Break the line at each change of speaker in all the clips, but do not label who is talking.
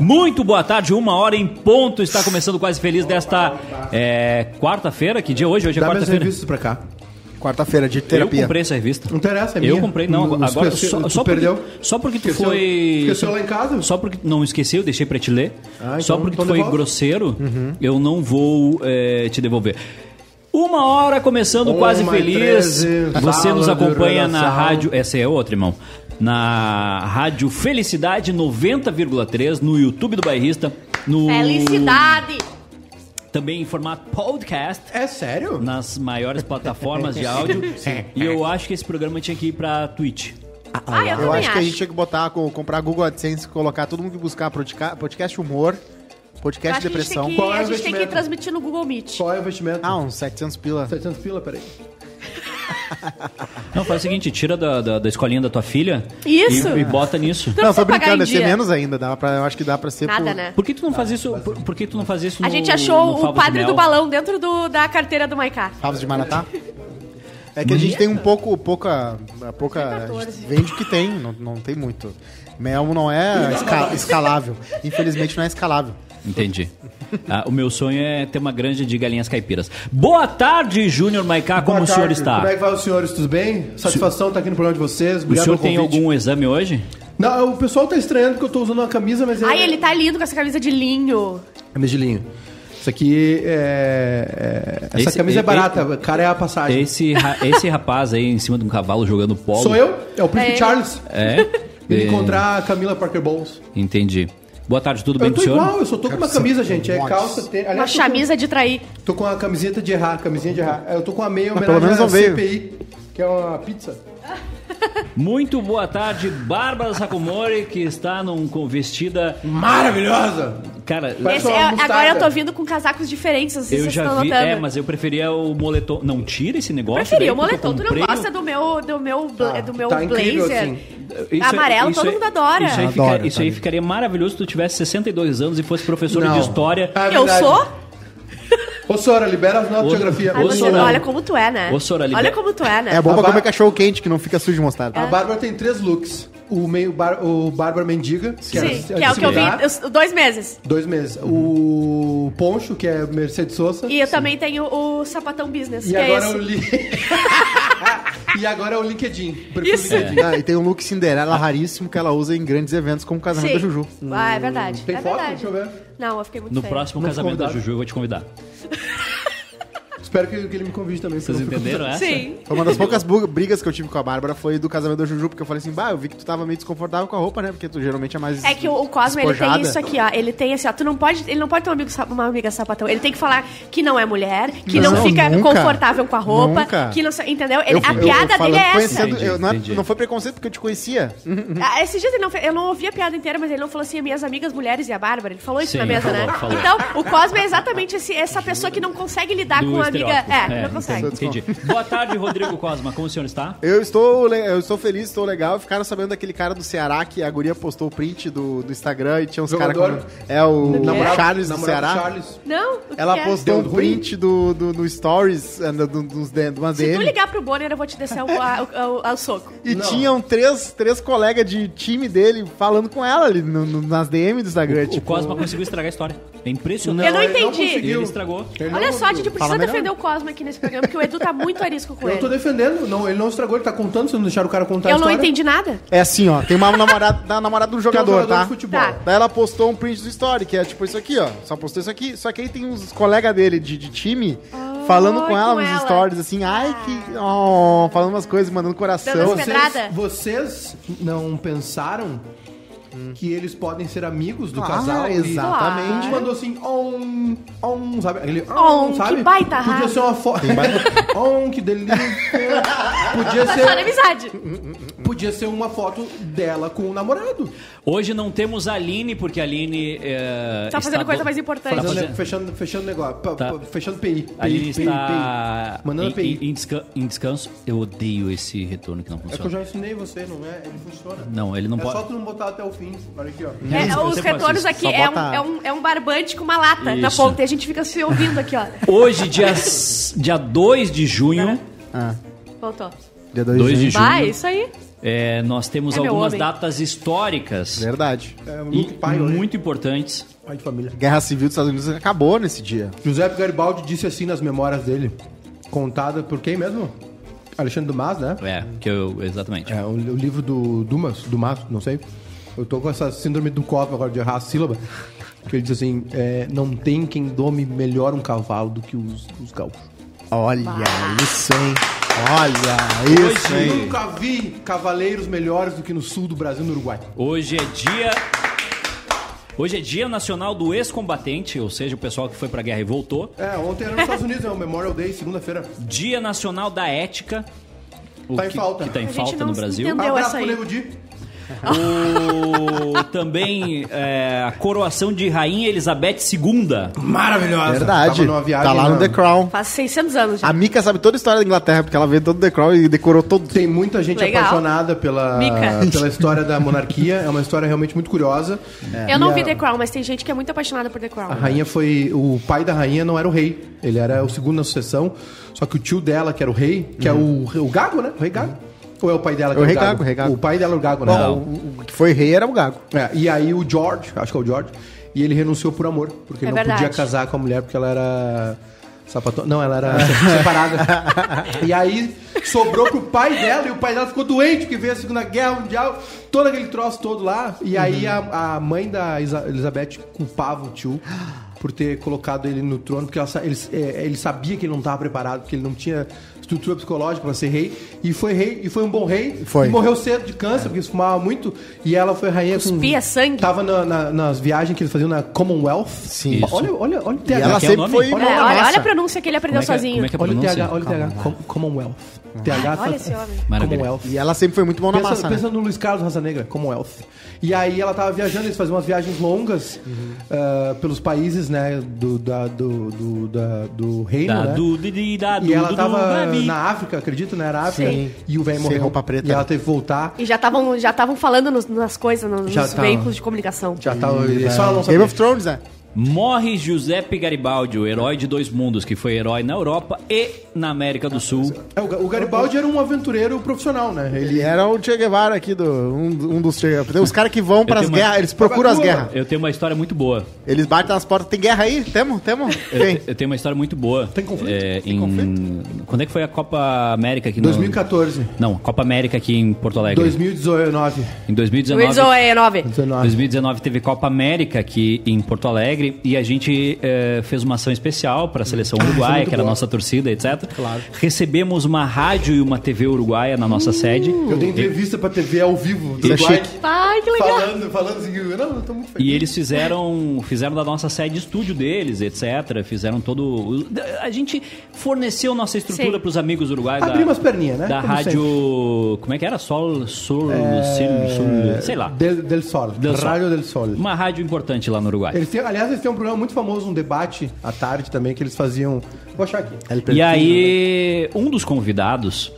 Muito boa tarde, uma hora em ponto. Está começando o quase feliz desta é, quarta-feira. Que dia é hoje? Hoje é
Dá meus
quarta-feira.
serviços pra cá.
Quarta-feira, de
Eu
terapia.
comprei essa revista.
Não interessa, é minha.
Eu comprei, não.
Tu
Agora, agora
esqueceu-
só,
tu
só porque,
perdeu.
só porque tu
Esqueceu-
foi.
esqueceu
só-
lá em casa?
Só porque. Não esqueceu, deixei pra te ler.
Ah,
só
então-
porque
então
tu foi
devolve. Uhum.
grosseiro, eu não vou é, te devolver. Uma hora começando
Uma
quase
e
feliz.
treze,
Você
sala
nos
do
acompanha na
Redação.
rádio. Essa é outra, irmão. Na rádio Felicidade 90,3, no YouTube do Bairrista. No,
Felicidade!
Hum. Também em formato podcast
É sério?
nas maiores plataformas de áudio. E eu acho que esse programa tinha que ir pra Twitch.
Ah, eu
Eu
também
acho que a gente
acho.
tinha que botar, co- comprar Google AdSense, colocar todo mundo que buscar podca- podcast humor,
Eu
podcast
acho que a gente
depressão.
tem que,
Qual é o
a gente tem que
investimento?
transmitir no Google Meet.
Qual é o investimento?
Ah, uns 700 pila.
700 pila, peraí.
Não, faz o seguinte, tira da, da, da escolinha da tua filha
Isso.
E, e bota nisso.
Tu não,
Não,
precisa
tô
pagar
brincando,
em
ia ser
dia.
menos ainda. Dá pra, eu acho que dá pra ser
Nada,
por-
né?
Por que tu não faz
Tá,
isso? Por, por que tu não faz isso
é
A
no-
gente
gente
no
achou o
Favos de
padre
Mel?
do balão dentro do- da carteira do Maiká.
Favos de Maratá? É que a gente tem um pouco, pouca, pouca, a gente
14.
vende o que tem, não, não tem muito. Mel não é esca- escalável, infelizmente não é escalável.
Entendi. Ah, o meu sonho é ter uma granja de galinhas caipiras. Boa tarde, Júnior Maiká, como
Boa
o senhor
tarde,
está?
Como é que vai os senhores? Tudo bem? Satisfação estar aqui no programa de vocês.
O
Obrigado
senhor
pelo
tem
convite.
algum exame hoje?
Não, o pessoal tá estranhando que eu tô usando uma camisa, mas... é-
Ai, ele tá lindo com essa camisa de linho.
É megilinho. Isso aqui é... é- Essa
Esse-
camisa é
e-
barata, cara é a passagem.
Esse, ra- esse rapaz aí em cima de um cavalo jogando polo.
Sou eu, é o Príncipe
É.
Charles.
É?
E
É,
encontrar a Camila Parker Bowles.
Entendi. Boa tarde, tudo bem
Eu
com
tô
o senhor?
igual, eu só tô com uma camisa, gente. É
Mods.
calça, tem...
Uma
aliás, eu tô-
chamisa de trair.
Tô com a camiseta de errar, camisinha de errar. É, Eu tô com a meia
Mas
homenagem
pelo menos
à
não veio.
CPI, que é uma pizza.
Muito boa tarde, Bárbara Sacomori, que está num, com vestida.
Maravilhosa!
Cara,
Parece
Esse
uma
é-
mostarda.
agora eu tô vindo com casacos diferentes, não sei se
Eu
vocês
já
estão
vi,
notando.
é, mas eu preferia o moletom. Não tira esse negócio.
Preferi
daí,
o
porque eu
moletom. Tu
comprei
não
o-
gosta do meu, do meu, bla-
Ah,
do meu
tá incrível,
blazer?
assim.
Isso é-
Amarelo,
isso
todo
é-
mundo adora.
Isso, aí, fica-
Adoro,
isso aí
tá.
ficaria maravilhoso se tu tivesse 62 anos e fosse professor
Não.
de história.
Ah, é
eu
verdade.
sou?
Ô, Sora, libera as notas
Ô,
de geografia.
ô,
Ai, você,
Sorana.
olha como tu é, né?
Ô, Sorana,
olha
libera-
como tu é, né?
É bom pra
Abar-
comer cachorro quente, que não fica sujo de mostarda.
A Bárbara tem três looks. O meio bar, o Bárbara Mendiga, que,
Sim, que é o que eu vi
segurar,
os- dois meses.
Dois meses. O Poncho, que é Mercedes Sosa.
E eu também tenho o sapatão business,
E
que é
agora
esse.
o li... E agora é o LinkedIn. Perfil
Isso. É.
LinkedIn.
Ah, e tem um look Cinderela raríssimo que ela usa em grandes eventos como o casamento da Juju.
Ah, é verdade.
Tem
é
foto?
verdade.
Deixa eu ver.
Não, eu fiquei muito
No
feia.
próximo
Não
casamento da
convidado.
Juju, eu vou te convidar.
Espero que, que ele me convide também.
Vocês
porque eu fico-
entenderam essa?
Sim.
Foi uma das poucas bu- brigas que eu tive com a Bárbara foi do casamento da Juju, porque eu falei assim, bah, eu vi que tu tava meio desconfortável com a roupa, né? Porque tu geralmente é mais
É que o, o Cosmo, ele tem
despojada.
isso aqui, ó. Ele tem assim, ó. Tu não pode. Ele não pode ter um amigo, sa- uma amiga sapatão. Ele tem que falar que não é mulher, que não,
Não,
fica
nunca.
confortável com a roupa.
Nunca.
Que não, sa- entendeu? Ele- a
Eu- eu
piada dele
falando,
é essa.
conhecendo- eu- não, é-
Entendi.
não foi preconceito porque eu te conhecia.
Ah, Esses dias ele não, fe- eu não ouvi a piada inteira, mas ele não falou assim, minhas amigas mulheres e a Bárbara. Ele falou isso
Sim,
na mesa,
falou,
né?
falou.
Então, o Cosme é exatamente esse- essa pessoa que não consegue lidar
Do
Tá com uma amiga.
estereótipo.
É, não consegue.
Entendi. Boa tarde, Rodrigo Cosma. Como o senhor está?
Eu estou, le- eu estou feliz, estou legal. Ficaram sabendo daquele cara do Ceará que a guria postou o print do, do Instagram e tinha uns caras
Jogador.
como... É o
Namorado-
Charles do
namorado
Ceará.
Charles.
Não, o que que
Ela
é?
postou
Deu
um
ruim?
print do, do, no Stories, eh, do- do- dos de- de uma
Se tu
DM.
ligar pro Bonner, eu vou te descer o, a- o- o- o soco.
E
Não.
tinham três, três colegas de time dele falando com ela ali no- no- nas DM do Instagram.
O
tipo,
Cosma conseguiu estragar a história. É impressionante.
Eu não
ele não
entendi.
conseguiu.
Ele estragou.
Ele
Olha
não
só,
conseguiu.
a gente
Fala
precisa
melhor.
defender o Cosmo aqui nesse programa, porque o Edu tá muito arisco com
Eu tô
ele.
defendendo. Não, ele não estragou, ele tá contando, vocês não deixaram o cara contar a
Eu não
história.
entendi nada.
É assim, ó. Tem uma namorada, da namorada
Tem
do
um
jogador,
jogador
tá?
de futebol.
Tá.
Daí ela postou um print do story, que é tipo isso aqui, ó. Só postou isso aqui. Só que aí tem uns colegas dele de, de time falando
ai,
com ela
Ah, com
nos
ela. Ah.
stories, assim, ai que. Oh, falando umas coisas, mandando coração.
Dando as
Vocês,
Pedrada.
vocês não pensaram que eles podem ser amigos do
Claro,
casal? e-
Ah, exatamente.
A gente mandou assim, on, on, sabe? Aquele
On, que
sabe?
baita
Podia
rabo.
ser uma foto. on, que delícia. podia,
Tá só na
ser,
amizade.
podia ser uma foto dela com o namorado.
Hoje não temos a Aline, porque a Aline. É,
Tá fazendo
está
coisa
do-
mais importante.
Tá
Fazendo-
fazendo-
Fechando, fechando negócio. pa-
Tá.
pa- Fechando PI. PI,
A Aline
PI,
tá
está
PI. Mandando
em,
PI.
em- em desca- em descanso. Eu odeio esse retorno que não
É que eu
funciona.
já ensinei você, não é? Ele funciona.
Não, ele não
é
pode.
só tu não botar até o fim. Olha aqui, ó.
É,
Isso,
os
você faz
retornos
isso.
aqui
Só
é um,
bota-
é, um, é um barbante com uma lata na
Isso.
ponta e a gente fica se ouvindo aqui, ó.
Hoje, dia, s- dia 2 de junho.
Ah,
Voltou.
dia
2 de
junho.
junho.
Vai, isso aí.
É, nós temos
É meu
algumas
homem.
datas históricas
Verdade.
É,
e
Luke Pai, hoje.
muito importantes.
Pai de família.
Guerra Civil dos Estados Unidos acabou nesse dia.
José Garibaldi disse assim nas memórias dele, contada por quem mesmo? Alexandre Dumas, né?
É, que eu, exatamente.
É, o, o livro do Dumas, Dumas, não sei. Eu tô com essa síndrome do Cosmo agora de errar a sílaba. Que ele diz assim: é, não tem quem dome melhor um cavalo do que os, os gaúchos.
Olha isso, hein? Olha isso,
Hoje-
hein?
Nunca vi cavaleiros melhores do que no sul do Brasil, no Uruguai.
Hoje é dia. Hoje é dia nacional do ex-combatente, ou seja, o pessoal que foi pra guerra e voltou.
É, ontem era nos Estados Unidos, é o Memorial Day, segunda-feira.
Dia nacional da ética. o
Tá em
que,
falta.
Que tá em
A gente
falta
não
no
se
Brasil.
entendeu. Deu
Abraço
essa
pro
aí.
Nego Di.
O, também é, a coroação de Rainha Elizabeth II.
Maravilhosa.
Verdade.
Tava numa viagem,
Tá lá no
né?
The Crown.
Faz 600 anos já.
A Mika sabe toda a história da Inglaterra, porque ela veio todo The Crown e decorou todo.
Tem muita gente
Legal.
apaixonada pela,
Mica.
pela história da monarquia. É uma história realmente muito curiosa.
Eu não
E
vi
a-
The Crown, mas tem gente que é muito apaixonada por The Crown.
A rainha foi. O pai da rainha não era o rei. Ele era o segundo na sucessão. Só que o tio dela, que era o rei, que é o, o Gago, né? O rei Gago. Ou é o pai dela que
É o
é
rei Gago, o rei Gago.
O pai dela é o Gago, né?
Bom, o- o que foi rei era o Gago.
É, e aí o George, acho que é o George, e ele renunciou por amor, porque
É
ele não
verdade.
podia casar com a mulher porque ela era sapatão. Não, ela era separada. e aí sobrou pro pai dela e o pai dela ficou doente porque veio a Segunda Guerra Mundial, todo aquele troço todo lá. E aí a, a mãe da Isa- Elizabeth culpava o tio por ter colocado ele no trono, porque ela sa- ele, é, ele sabia que ele não estava preparado, porque ele não tinha estrutura psicológica para ser rei, e foi rei, e foi um bom rei,
Foi.
e morreu cedo de câncer, porque fumava muito, e ela foi rainha com-
tá
Cuspia sangue?
Tava na- na- nas viagens que eles faziam na Commonwealth.
Sim.
Ó, Olha, olha, olha o
E
TH.
ela
que é o
sempre
nome?
foi
Olha,
É,
mão na
olha, olha
massa.
a pronúncia que ele aprendeu
Como é que é-
sozinho.
como é que é a
Olha o
pronúncia?
TH, olha o TH. Com- Commonwealth. TH
Olha esse homem.
Maravilha.
Commonwealth.
E ela sempre foi muito mão na
Pensa,
massa, né?
pensa no Luiz Carlos Raça Negra, como elf. E aí ela tava viajando, eles faziam umas viagens longas
Uhum.
ah, pelos países, né, do, da- do, do, da- do reino,
Da
né?
du- di- di- da
E
du-
ela
du-
tava
da vi.
na África, acredito, né? Era África.
Sim.
E o velho
Sem
morreu.
roupa preta.
E ela teve que voltar.
E já estavam já tavam falando nos- nas coisas, nos
Já
nos
tá.
tava.
veículos de comunicação.
Já tá, tava. só ela não
um
sabia.
Game of Thrones, né?
Morre Giuseppe Garibaldi, o herói de dois mundos, que foi herói na Europa e na América do Sul.
É, o Ga- o Garibaldi era um aventureiro profissional, né?
Ele era o Che Guevara aqui, do, um, um dos Che Guevara. Os caras que vão pras
tenho uma-
guerras, eles procuram as
Papatua.
guerras.
Eu tenho uma história muito boa.
Eles batem nas portas. Tem guerra aí? Temos, temos. Tem.
Eu, eu tenho uma história muito boa.
Tem conflito?
É, em... Quando é que foi a Copa América aqui no...
2014.
Não, Copa América aqui em Porto Alegre.
2019.
Em 2019.
Wilson é 9.
19.
2019 teve Copa América aqui em Porto Alegre e a gente eh, fez uma ação especial para a seleção uruguaia,
Ah, é muito
que era a
boa.
nossa torcida, etc. Claro. Recebemos uma rádio e uma TV uruguaia na nossa sede.
Hum. Eu dei entrevista pra TV ao vivo. do
Isso é
Uruguai,
chique.
Ai, que legal.
Falando, falando assim. eu- Não, eu tô muito feliz.
E eles fizeram, fizeram da nossa sede estúdio deles, etc. Fizeram todo. A gente forneceu nossa estrutura
Sim.
para os amigos uruguaios. da-
Abrimos as perninhas, né?
Da
Como É,
rádio. Como é que era? Sol. Sol. Sil- Sul- sei lá.
Del, del Sol.
Del Sol.
Rádio del Sol.
Uma rádio importante lá no Uruguai.
Eles têm, aliás, eles têm um programa muito famoso, um debate à tarde também, que eles faziam. Vou achar aqui.
E aí,
né?
um dos convidados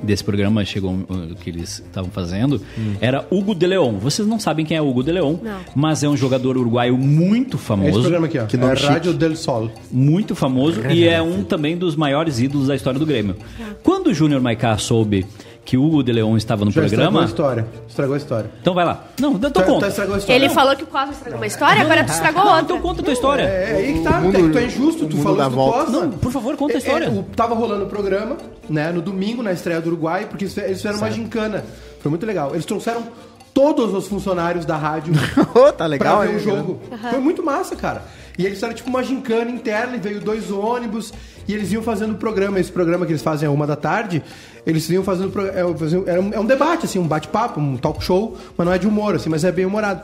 desse programa chegou uh, que eles estavam fazendo
Hum.
era Hugo de Leon. Vocês não sabem quem é Hugo de Leon,
Não.
mas é um jogador uruguaio muito
É esse
famoso,
programa aqui, ó.
Que
é
nome chique.
Rádio del Sol.
muito famoso e é um também dos maiores ídolos da história do Grêmio. Quando o Júnior Maiká soube que Hugo de Leon estava no
Já estragou a
programa,
história. Estragou a história.
então vai lá. Não, então
Tá- tá,
conta.
estragou a história.
Ele falou que o Cosmo estragou uma história, agora tu estragou
Não,
outra.
então conta a tua história.
É aí que tá,
O mundo-
é que tu é injusto,
o
tu
mundo
falou
dá
isso do
volta.
Costa.
Não, por favor, conta a história.
é, o- tava rolando o programa, né, no domingo, na estreia do Uruguai, porque eles eles fizeram uma gincana. Foi muito legal. Eles trouxeram todos os funcionários da rádio
Ô, tá
pra
legal,
ver
hein,
o jogo.
né?
Foi muito massa, cara. E eles fizeram tipo uma gincana interna e veio dois ônibus e eles iam fazendo o programa. Esse programa que eles fazem a uma da tarde, eles iam fazendo. pro- é, faziam- Era um, é um debate, assim, um bate-papo, um talk show, mas não é de humor, assim, mas é bem humorado.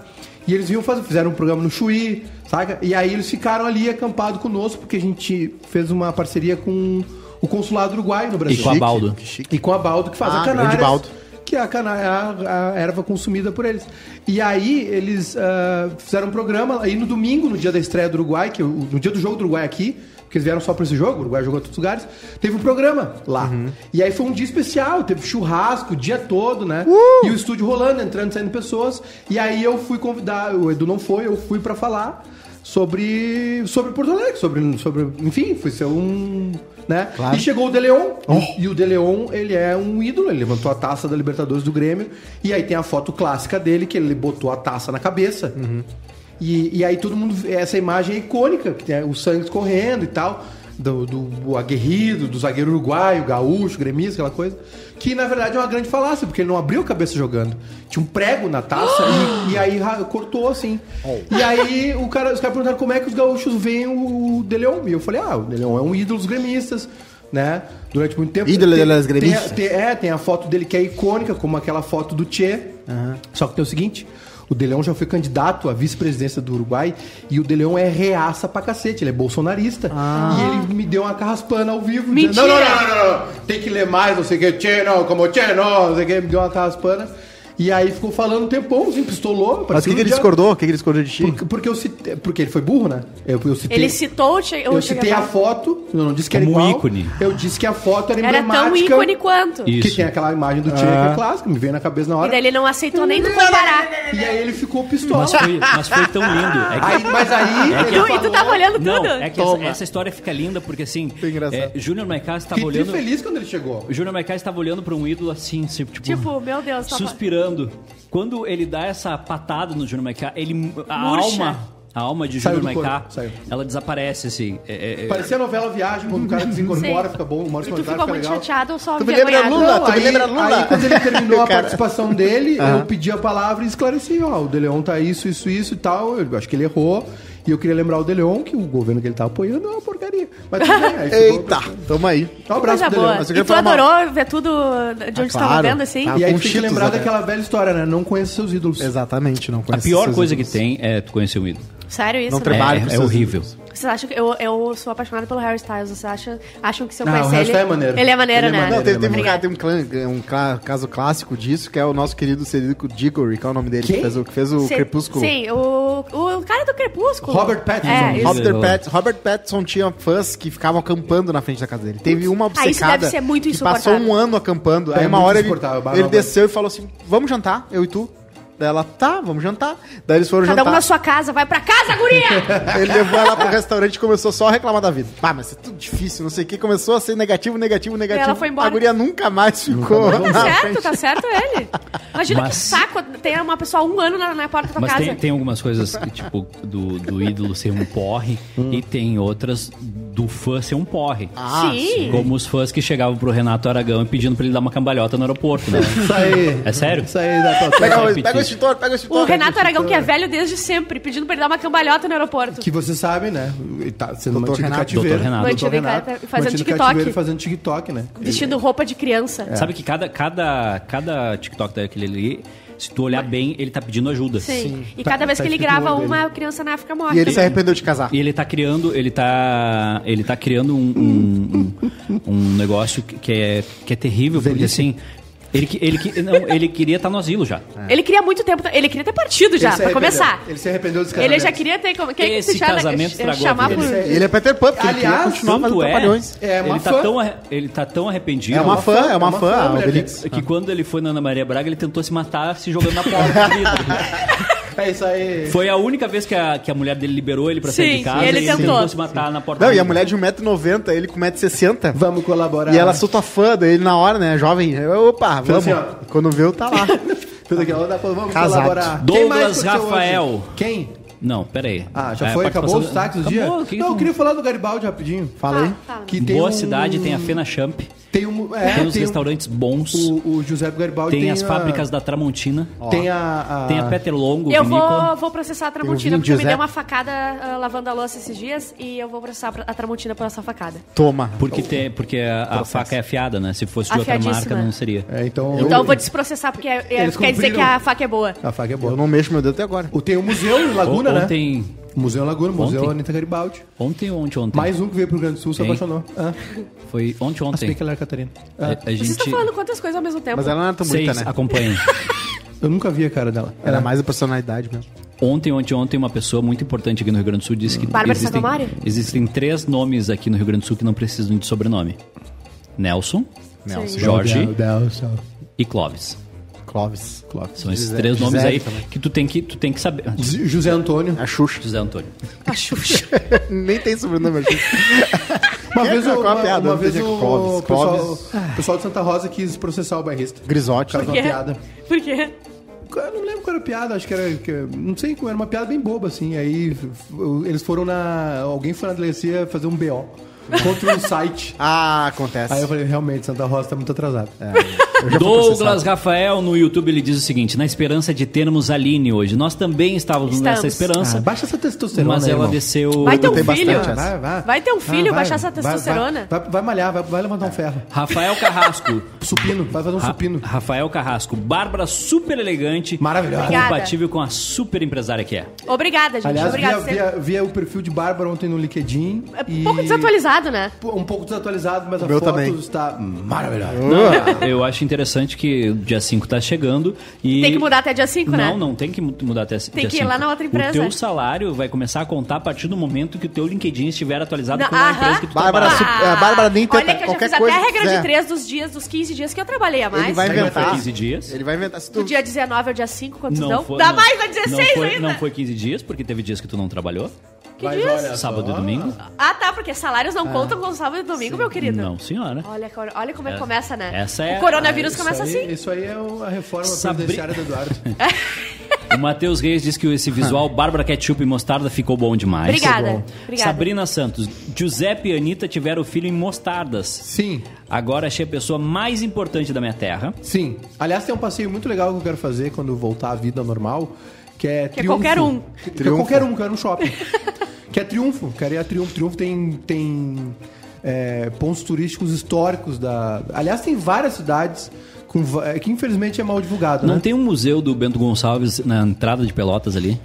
E eles iam fazer, fizeram um programa no Chuí, saca? E aí eles ficaram ali acampados conosco, porque a gente fez uma parceria com o consulado uruguaio no Brasil.
E com a Baldo.
Que chique.
E com a Baldo, que faz
Ah,
a
grande
canária.
Baldo.
Que é a, cana a, a erva consumida por eles. E aí, eles ah, fizeram um programa aí no domingo, no dia da estreia do Uruguai, que, o- no dia do jogo do Uruguai aqui, porque eles vieram só pra esse jogo, o Uruguai jogou em todos os lugares, teve um programa lá.
Uhum.
E aí foi um dia especial, teve churrasco o dia todo, né?
Uh!
E o estúdio rolando, entrando e saindo pessoas. E aí eu fui convidar, o Edu não foi, eu fui pra falar sobre sobre Porto Alegre, sobre sobre, enfim, fui ser um né? E chegou o Deleon, e o Deleon, ele é um ídolo, ele levantou a taça da Libertadores do Grêmio, e aí tem a foto clássica dele, que ele botou a taça na cabeça. E, e aí todo mundo, vê- essa imagem é icônica, que tem o sangue escorrendo e tal, do, do aguerrido, do zagueiro uruguaio, gaúcho, gremista, aquela coisa, que na verdade é uma grande falácia, porque ele não abriu a cabeça jogando. Tinha um prego na taça e, e aí ra- cortou assim.
Oh.
E aí o cara, os caras perguntaram como é que os gaúchos veem o Deleon. E eu falei, ah, o Deleon é um ídolo dos gremistas, né? Durante muito tempo.
Ídolo
Tem-
dos
tem a-
gremistas.
tem- é, tem a foto dele que é icônica, como aquela foto do Che. Só que tem o seguinte: o De Leon já foi candidato à vice-presidência do Uruguai e o De Leon é reaça pra cacete, ele é bolsonarista.
Ah.
E ele me deu uma carraspana ao vivo.
Mentira!
dizendo, não, não, não, não, não, não, tem que ler mais, não sei o que, Che, não, como Che, não, não sei o que, me deu uma carraspana. E aí ficou falando um tempão, assim, pistolou.
Mas o
parecia
que, que
um
ele
dia-
discordou? O que, que ele discordou de ti?
Porque, porque eu citei- porque ele foi burro, né? Eu, eu citei,
Ele citou o Che- o
eu
Che
citei a
Guevara.
foto, eu não disse que era
um
Como
igual.
ícone.
Eu disse que a foto era
Era
emblemática.
tão ícone quanto. E,
Isso.
Que tem aquela imagem do Tchê que é clássico, me veio na cabeça na
daí
hora.
ele não aceitou nem tu comparar.
E aí ele ficou pistola.
Mas foi, mas foi tão lindo. É que-
Aí- mas aí.
É
E
ele
tu, e tu
falou-
tava olhando
não,
tudo.
é que essa, essa história fica linda porque assim,
engraçado.
é, Júnior Maicás tava
Fiquei
olhando,
feliz quando ele chegou.
o Júnior Maicás tava olhando pra um ídolo assim, assim, tipo,
Tipo, meu Deus, tava...
suspirando. Quando ele dá essa patada no Júnior Maicá, ele a
Murcha.
alma, a alma de
Saiu
Júnior
do corpo,
Maicá,
saiu.
ela desaparece assim. É, é, é-
Parecia a novela Viagem, quando o cara desincorpora,
Sim.
fica bom, o Maurício
E tu
Mortari
ficou
fica
muito
legal.
chateado ou só
Tu me lembra
envergonhado?
Lula?
Não,
Tu me
aí,
lembra Lula?
aí quando ele terminou a
Cara.
participação dele, eu pedi a palavra e esclareci, ó, o Deleon tá isso, isso, isso e tal, eu acho que ele errou, e eu queria lembrar o Deleon que o governo que ele tá apoiando é uma porcaria. Mas tudo bem, aí ficou-
Eita, tamo aí.
Um abraço
Coisa
pro
boa.
Deleon.
mas eu
E
queria
tu
falar uma-
adorou ver tudo de onde
Ah,
tu tava
claro.
vendo, assim?
Tá.
E aí tem
Com
que
Cheetos,
lembrar
até.
daquela velha história, né? Não conheça seus ídolos.
Exatamente, não
a
conheço.
pior
esses
coisa que
ídolos.
tem é tu conhecer o ídolo.
Sério isso?
Não
né?
É,
trabalha. Vale pros
é
seus
horrível.
Vocês acham que eu, eu sou apaixonada pelo Harry Styles? Vocês acham, acham que se eu
Não, o
conhecer
Harry
ele...
Styles é maneiro.
Ele é maneiro,
Ele é
né?
maneiro,
Não, teve, teve um,
Obrigada.
cara- teve um, clã- um clá- caso clássico disso, que é o nosso querido Cerico Diggory, que é o nome dele,
Quem?
que fez o, que fez o
Sim,
Crepúsculo.
Sim, o, o cara do Crepúsculo.
Robert Pattinson.
É, isso.
Ele é
Robert,
bom.
Pat- Robert Pattinson tinha fãs que ficavam acampando na frente da casa dele. Teve
Ah,
uma obcecada
isso deve ser muito
que passou
insuportável.
um ano acampando.
É
aí uma
muito
hora ele,
insuportável, barba
ele
branca.
desceu e falou assim, vamos jantar, eu e tu. Daí ela, tá, vamos jantar. Daí eles foram
Cada um na
jantar.
sua casa. Vai pra casa, guria!
Ele levou ela pro restaurante e começou só a reclamar da vida. Pá, mas isso é tudo difícil, não sei o que. Começou a ser negativo, negativo, negativo.
ela foi embora.
A guria nunca mais ficou.
tá
na
certo,
frente.
tá certo ele. Imagina
Mas-
que saco ter uma pessoa há um ano na, na porta da tua
Mas
casa.
tem, tem algumas coisas, tipo, do, do ídolo ser um porre
Hum.
e tem outras do fã ser um porre.
Ah,
Sim.
Como os fãs que chegavam pro Renato Aragão e pedindo pra ele dar uma cambalhota no aeroporto, né?
Isso aí.
É sério?
Isso aí da tua
Pega, o-
Repetir.
pega o extintor, pega o extintor.
O Renato Aragão, que é velho desde sempre, pedindo pra ele dar uma cambalhota no aeroporto.
Que você sabe, né? Ele tá sendo
Doutor
mantido em
Renato.
cativeiro.
Doutor Renato.
Doutor
Mantido em
Renato.
cata- fazendo
Mantido em
TikTok.
cativeiro e fazendo TikTok, né?
Vestindo roupa de criança.
É.
Sabe que cada, cada, cada TikTok daquele ali, se tu olhar bem, ele tá pedindo ajuda.
Sim. E
Tá-
cada vez
tá
que ele
escrito no
grava
olho
uma, a criança na África morre.
E ele se arrependeu de casar.
E ele tá criando, ele tá. Ele tá criando um, um, um- um negócio que- que é, que é terrível, porque assim. Ele, que- ele, que- não, ele queria estar no asilo já.
Ele queria muito tempo. Ele queria ter partido
Ele
já,
se
pra
arrependeu.
começar.
Ele se arrependeu dos
Ele já
casamentos.
queria ter. como- Quem é que
Esse
se chama-
casamento
eh,
estragou a
chamar
vida
por.
dele.
E ele é Peter Pan, porque ele queria
Aliás,
continuar fazendo
Tanto é,
trapalhões.
É, uma
ele tá
fã.
tão arre- ele tá tão arrependido.
É uma fã, é uma fã, a
mulher
Obelix.
dele.
Que quando ele foi na Ana Maria Braga, ele tentou se matar se jogando na porta. do vidro.
É isso aí.
Foi a única vez que a, que a mulher dele liberou ele pra sair
Sim,
de casa.
e ele tentou.
se matar na porta.
Não,
do
e a
vidro.
mulher de 1,90m, ele com 1,60m.
Vamos colaborar.
E ela sou tua fã, daí ele na hora, né, jovem, opa, vamos.
assim, ó.
Quando viu, tá lá.
Tudo aqui, ela dá pra- Vamos
Casado.
colaborar.
Douglas
Quem mais curtiu
Rafael.
hoje? Quem?
Não, peraí.
Ah, já
É,
foi?
participação
Acabou os
do-
destaques do dia?
Acabou,
Não,
que
eu
isso?
queria falar do Garibaldi rapidinho.
Fala aí.
Fala.
Que um
Boa cidade, tem a Fena Champ.
Tem, um, é,
tem os
tem um-
restaurantes bons.
O, o José Garibaldi
tem, as
a-
fábricas da Tramontina.
Tem a, a-
Tem a Peter Longo,
Eu
vinícola.
vou, vou processar a
vinho
Tramontina, porque eu me
Giuseppe.
deu uma facada ah, lavando a louça esses dias e eu vou processar a Tramontina por essa facada.
Toma.
Porque, tem, porque a, a faca é afiada, né? Se fosse de outra
Afiadíssima.
marca, não seria.
É, então,
Então eu vou desprocessar, porque é- é-
Eles
quer dizer
cumpriram.
que a faca é boa.
A faca é boa.
Eu não mexo meu dedo até agora.
O- Tem o museu em Laguna,
O-
né?
ontem,
Museu em Laguna, Museu
Ontem?
Anitta Garibaldi.
ontem, ontem, ontem.
Mais um que veio pro Rio Grande do Sul, se
Tem.
apaixonou. Ah,
Foi ontem,
se bem
ontem.
que ela era Catarina.
A,
Ah,
a
Vocês
gente...
estão tá falando quantas coisas ao mesmo tempo.
Mas ela não era tão
Seis,
bonita, né?
acompanhem. É.
Eu nunca vi a cara dela.
Era
Ah.
mais a personalidade mesmo.
Ontem, ontem, ontem, uma pessoa muito importante aqui no Rio Grande do Sul disse que
Bárbara
existem,
Sacomori?
existem três nomes aqui no Rio Grande do Sul que não precisam de sobrenome. Nelson,
Sim.
É. Jorge
Meu Deus, ó.
e Clóvis.
Clóvis.
São esses
Gisele-
três nomes
Gisele
aí
também.
que tu tem que, tu tem que saber.
Z- José Antônio.
A Xuxa.
José Antônio.
A Xuxa.
Nem tem sobrenome a Xuxa.
Uma
Que-
vez,
qual
o,
é a
uma,
piada?
uma vez o,
Clóvis,
o pessoal,
Clóvis.
o pessoal de Santa Rosa quis processar o bairrista.
Grisote.
Por causa de uma piada.
Por quê?
Eu não lembro qual era a piada, acho que era. que- não sei, era uma piada bem boba, assim. Aí f- eles foram na. Alguém foi na delegacia fazer um BO contra um site.
Ah, acontece.
Aí eu falei, realmente, Santa Rosa tá muito atrasada.
Eu já fui
Douglas
processado.
Rafael no YouTube ele diz o seguinte: na esperança de termos Aline hoje. Nós também estávamos
Estamos.
nessa esperança,
Ah, baixa essa testosterona.
mas é
aí,
ela
irmão.
desceu.
Vai ter um
botei
filho?
bastante essa.
Vai ter um filho, baixar essa
vai,
testosterona?
Vai, vai- vai malhar, vai, vai levantar um ferro.
Rafael Carrasco.
Supino, vai
Ah.
fazer um
Ra-
supino.
Rafael Carrasco, Bárbara super elegante.
Maravilhosa.
Compatível com a super empresária que é.
Obrigada, gente.
Aliás,
Obrigada.
via, via, via o perfil de Bárbara ontem no LinkedIn.
É
e-
pouco desatualizado, né?
Pô, Um pouco desatualizado, mas a
meu
foto
também.
está maravilhosa.
Eu acho interessante que o dia 5 tá chegando e.
Tem que mudar até dia 5,
não,
né?
não tem que mu- mudar até c-
Tem
dia
que ir lá
cinco.
na outra empresa.
O teu salário vai começar a contar a partir do momento que o teu LinkedIn estiver atualizado
Não,
com a
aham.
empresa que tu
Bárbara
trabalha.
Su- é, a Bárbara nem tenta-
Olha que eu já
qualquer
fiz até
coisa
a regra
quiser.
de 3 dos dias, dos 15 dias que eu trabalhei a mais.
Ele vai
Aí não foi
inventar.
15 dias.
Ele vai inventar. Se tu...
Do dia 19 ao dia 5, quantos
Não
dão?
foi-
Dá
não-
mais, dá 16
não foi,
ainda.
Não foi 15 dias, porque teve dias que tu não trabalhou.
Que dias?
sábado e domingo.
Ah, tá, porque salários não contam com sábado e domingo, meu querido.
Não, senhora.
Olha, cor- olha como é que
É-
começa, né?
essa é-
o coronavírus começa
isso
assim.
Aí, isso aí é o- a reforma
Sabri-
presidenciária do Eduardo.
O Matheus Reis diz que esse visual Bárbara Ketchup e Mostarda ficou bom demais.
Obrigada,
Ficou bom.
obrigada.
Sabrina Santos. Giuseppe e Anitta tiveram filho em Mostardas.
Sim,
Agora achei a pessoa mais importante da minha terra.
sim. Aliás, tem um passeio muito legal que eu quero fazer quando voltar à vida normal, que é
Que é qualquer um.
Que, que é
Triunfo.
qualquer um, que é no shopping. que é triunfo. Quero ir a triunfo. Triunfo tem... tem é, pontos turísticos históricos da... Aliás, tem várias cidades com va- é, que infelizmente é mal divulgado,
Não
né?
tem um museu do Bento Gonçalves na entrada de Pelotas ali?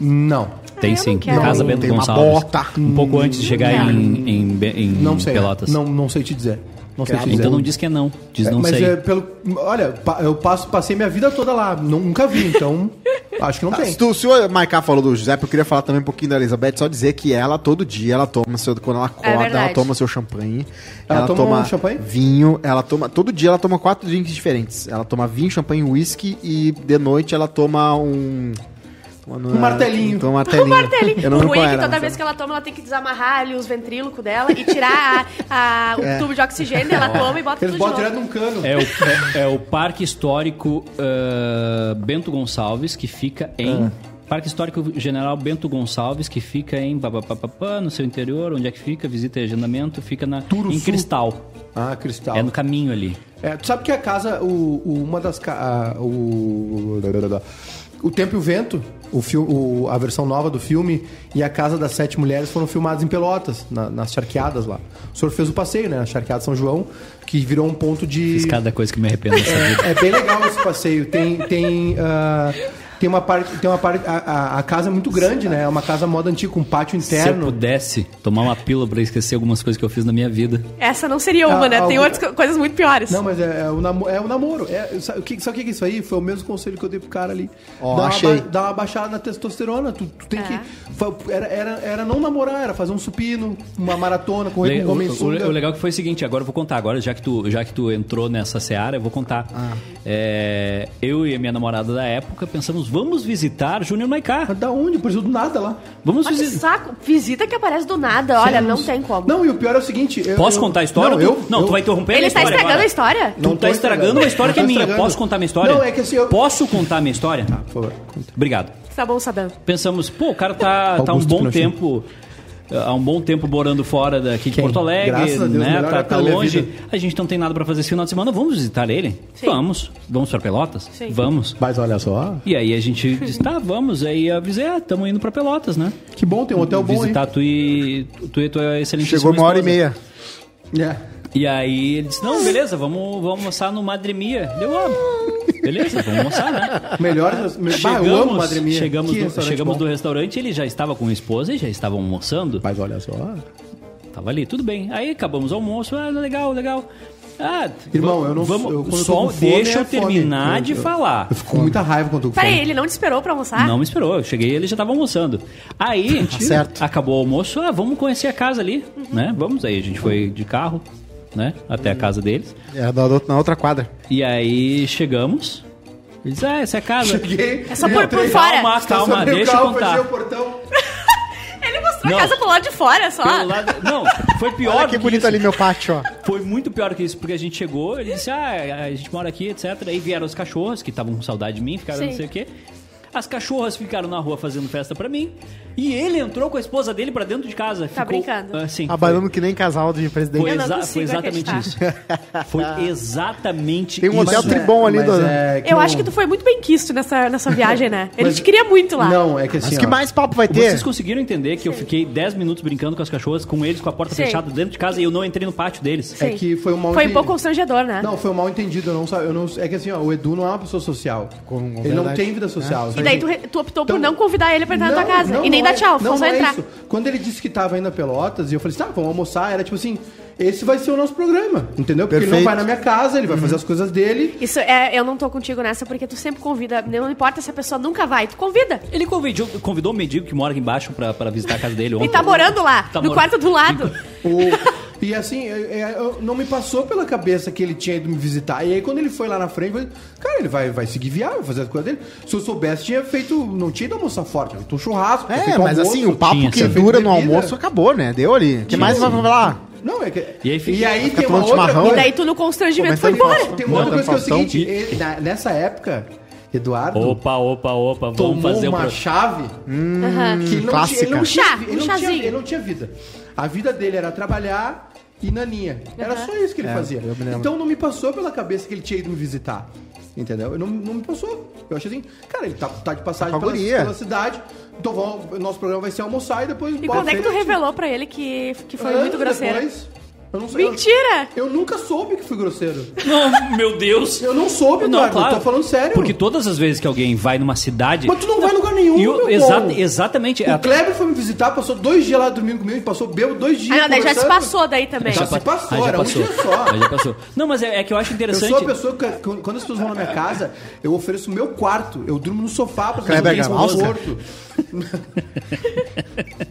Não.
Tem
Ah, eu
sim,
não quero.
Casa
Não,
Bento
tem uma
Gonçalves.
bota.
Um pouco antes de chegar
Não.
em, em, Be- em
Não sei.
Hum, Pelotas.
Não, não sei te dizer. Não sei te dizer.
Então não diz que é não, diz
É,
não
mas
sei.
é pelo. Olha, pa- eu passo, passei minha vida toda lá. nu- Nunca vi, então. acho que não
Ah,
tem.
Se, tu, se o Maiká falou do Giuseppe, eu queria falar também um pouquinho da Elizabeth, só dizer que ela todo dia, ela toma seu, quando ela acorda, ela
verdade.
toma seu champanhe,
Ela
ela,
toma
toma,
um champanhe?
vinho, ela toma, todo dia ela toma quatro drinks diferentes. Ela toma vinho, champanhe, whisky e de noite ela toma um toma no-
Um martelinho.
Toma um martelinho.
Martelinho.
Eu não
o
lembro qual
Wake,
era,
toda
mas
vez
era.
que ela toma, ela tem que desamarrar ali os ventrílocos dela e tirar a- a- o tubo de oxigênio, ela toma e bota
É. Eles
tudo
botam
de novo.
direto num cano.
É o, é, é o Parque Histórico eh, Bento Gonçalves, que fica
Ah.
em. Parque Histórico General Bento Gonçalves, que fica em Babapapapá, no seu interior, onde é que fica? Visita e agendamento, fica na, em
Turuçu.
Cristal.
Ah, cristal.
É no caminho ali.
É, tu sabe que a casa, o, o- uma das. ca- a- o, o Tempo e o Vento, o fil, o- a versão nova do filme, e a Casa das Sete Mulheres foram filmados em Pelotas, na- nas charqueadas lá. O senhor fez o passeio, né? Na charqueada São João, que virou um ponto de.
Fiz cada é coisa que me arrependo dessa vida.
É bem legal esse passeio. Tem, tem, ah, tem uma parte. Tem uma parte a, a- a casa é muito grande, né? É uma casa moda antiga, com um pátio
Se eu
interno.
pudesse tomar uma pílula pra esquecer algumas coisas que eu fiz na minha vida.
Essa não seria uma,
Ah,
né? Tem
ah, o-
outras co- coisas muito piores.
Não, mas é, é o, namo- é o namoro. É, sabe, o que, sabe o que é isso aí? Foi o mesmo conselho que eu dei pro cara ali.
Ó,
dá,
achei.
Uma, ba- dá uma baixada na testosterona. Tu, tu tem
É.
que. fa- Era, era, era não namorar, era fazer um supino, uma maratona,
Le-
correr com um
o,
homem
o-
sunga.
o legal é que foi o seguinte, agora eu vou contar, agora já que tu, já que tu entrou nessa seara, eu vou contar.
Ah.
É, eu e a minha namorada da época pensamos, vamos visitar Júnior Maiká.
Mas Ah, Da onde? Por isso do nada lá.
Vamos
Olha que
visitar.
saco. Visita que aparece do nada. Olha, não tem como.
Não, e o pior é o seguinte. eu-
Posso
eu-
contar a história?
Não,
Tu-
eu,
não
eu-
tu vai interromper a
Ele
minha
tá
história
estragando
agora.
a história?
Tu
Não
tá
tô
estragando uma
estragando.
história que é
Não tô
minha.
estragando.
Posso contar minha história?
Não, é que assim, eu- Tá.
Posso contar minha história?
Por favor, conta.
Obrigado.
Tá bom, Sadam.
Pensamos, pô, o cara tá, tá um
Augusto
bom
Pinochet.
tempo. Há um bom tempo morando fora daqui de
Quem?
Porto Alegre,
Graças a Deus,
né?
melhor
Tá,
época
tá
da minha
longe.
vida.
A gente não tem nada pra fazer esse final de semana. Vamos visitar ele?
Sim.
Vamos. Vamos pra Pelotas?
Sim.
Vamos.
Mas olha só.
E aí a gente disse, tá, vamos. Aí eu avisei, ah, estamos indo pra Pelotas, né?
Que bom, tem um hotel bom, hein?
Visitar tu e tu e tua excelente
Chegou uma hora e meia.
É.
E aí ele disse, não, beleza, vamos, vamos almoçar no Madremia. Deu óbvio. Beleza, vamos almoçar, né?
Melhor. bah, eu amo Madre Mia.
chegamos,
Que
do,
restaurante
chegamos
bom.
do restaurante, ele já estava com a esposa e já estavam almoçando.
Mas olha só.
Tava ali, tudo bem. Aí acabamos o almoço, ah, legal, legal. Ah,
Irmão, eu não
vamos,
eu, quando eu tô
Só
com fome,
deixa
é
eu terminar
fome.
de
Eu-
falar.
Eu fico com muita raiva quando eu tô com
Peraí,
fome.
ele não te esperou pra almoçar?
Não me esperou, eu cheguei e ele já tava almoçando. Aí,
certo.
acabou o almoço, ah, vamos conhecer a casa ali,
Uhum.
né? Vamos aí, a gente foi de carro, né? Até a casa deles.
Era É, da- da- na outra quadra.
E aí chegamos. Ele disse, ah, essa é a casa.
Cheguei.
É só por- por
entrei,
fora.
Calma, calma,
estacionei o
deixa eu
carro,
contar.
fechei o portão.
Ele mostrou pra
Não.
casa pro lado de fora só.
Pelo lado- Não, foi pior
Olha
do
que bonito
isso.
ali meu pátio, ó.
Foi muito pior que isso, porque a gente chegou, ele disse, ah, a gente mora aqui, etc. Aí vieram os cachorros, que estavam com saudade de mim, ficaram
Sim.
não sei o quê. As cachorras ficaram na rua fazendo festa pra mim. E ele entrou com a esposa dele pra dentro de casa.
Tá brincando.
Assim,
Abalando que nem casal de presidente.
foi,
Eu não
exa-
consigo
foi exatamente isso. Foi exatamente
Tem um
isso.
hotel
Mas
tribom ali,
mas
dona.
é
Eu acho
não-
que tu foi muito bem quisto nessa, nessa viagem, né? Ele
Mas-
te queria muito lá.
Não, é que assim.
Mas que
ó,
mais papo vai ter?
Vocês conseguiram entender que eu fiquei 10 minutos brincando com as cachorras, com eles com a porta
Sim.
fechada dentro de casa e eu não entrei no pátio deles.
É
Sim.
que foi um mal
Foi um
entendi-
pouco constrangedor, né?
Não, foi um mal entendido. Eu não, sa- eu não, é que assim, ó, o Edu não é uma pessoa social.
Com- com
ele não
verdade. né?
tem vida social.
E
sabe?
daí tu, re- tu optou por
Então-
não convidar ele pra entrar na tua casa.
não,
e nem
não
dar
é-
tchau,
não,
foi só
não é
entrar.
isso. Quando ele disse que tava indo a Pelotas, e eu falei assim, tá, vamos almoçar, era tipo assim, esse vai ser o nosso programa, entendeu? Porque ele não
Perfeito.
vai na minha casa, ele vai fazer as coisas dele.
Isso é, eu não tô contigo nessa, porque tu sempre convida. Não importa se a pessoa nunca vai, tu convida.
Ele convidou, convidou o mendigo que mora aqui embaixo pra, pra visitar a casa dele ontem.
E tá morando lá,
Tá
no
morando.
quarto do lado.
O- e assim, eu- eu- não me passou pela cabeça que ele tinha ido me visitar. E aí quando ele foi lá na frente, eu falei, cara, ele vai, vai seguir viagem, vai fazer as coisas dele. Se eu soubesse, tinha feito, não tinha ido almoçar forte, tinha feito um churrasco. tinha
É,
feito
mas
almoço.
assim, o papo
tinha
que
feito
dura no
bebida.
almoço acabou, né? Deu ali. O que mais vai falar?
Não, é que...
E aí fica-
fica
tem uma
tomando
outra
chimarrão,
coisa-
E daí tu no constrangimento foi
tá
Começando
embora.
com-
Tem uma outra
Manda
coisa que é o
Faustão.
seguinte, ele- na- nessa época, Eduardo
Opa, opa, opa, vamos
tomou
fazer um
uma
pro-
chave
Aham.
que ele não,
clássica.
tinha, ele, não
Hum,
tinha,
Um chá,
ele
um
não tinha-
chazinho.
ele não tinha vida. A vida dele era trabalhar e naninha. Era
Aham.
só isso que ele
É,
fazia.
eu me lembro.
Então não me passou pela cabeça que ele tinha ido me visitar. Entendeu? Eu não, não me passou. Eu achei assim, cara, ele tá, tá de passagem
Tá com a
pela,
guria.
pela cidade. Então vamos, o nosso programa vai ser almoçar e depois.
E
bora
quando é que tu
frente.
revelou pra ele que, que foi
Anos
muito grosseiro?
depois, eu não sei. eu-
Mentira!
Eu, nunca soube que fui grosseiro.
Não, meu Deus.
Eu não soube,
Não,
Eduardo.
claro.
Eu tô falando sério.
Porque todas as vezes que alguém vai numa cidade...
Mas tu não vai em lugar nenhum,
E
meu
eu,
povo.
exa- exatamente. é-
O Kleber foi me visitar, passou dois dias lá dormindo comigo, passou bebo dois dias.
Ah, não, daí já se
conversando.
passou daí também.
Já se passou, era um dia só.
Ah, já passou. Não, mas é, é que eu acho
Eu
interessante...
sou a pessoa que, que- quando as pessoas vão na minha casa, eu ofereço o meu quarto. Eu durmo no sofá pra
Kleber Gravalska?
conforto.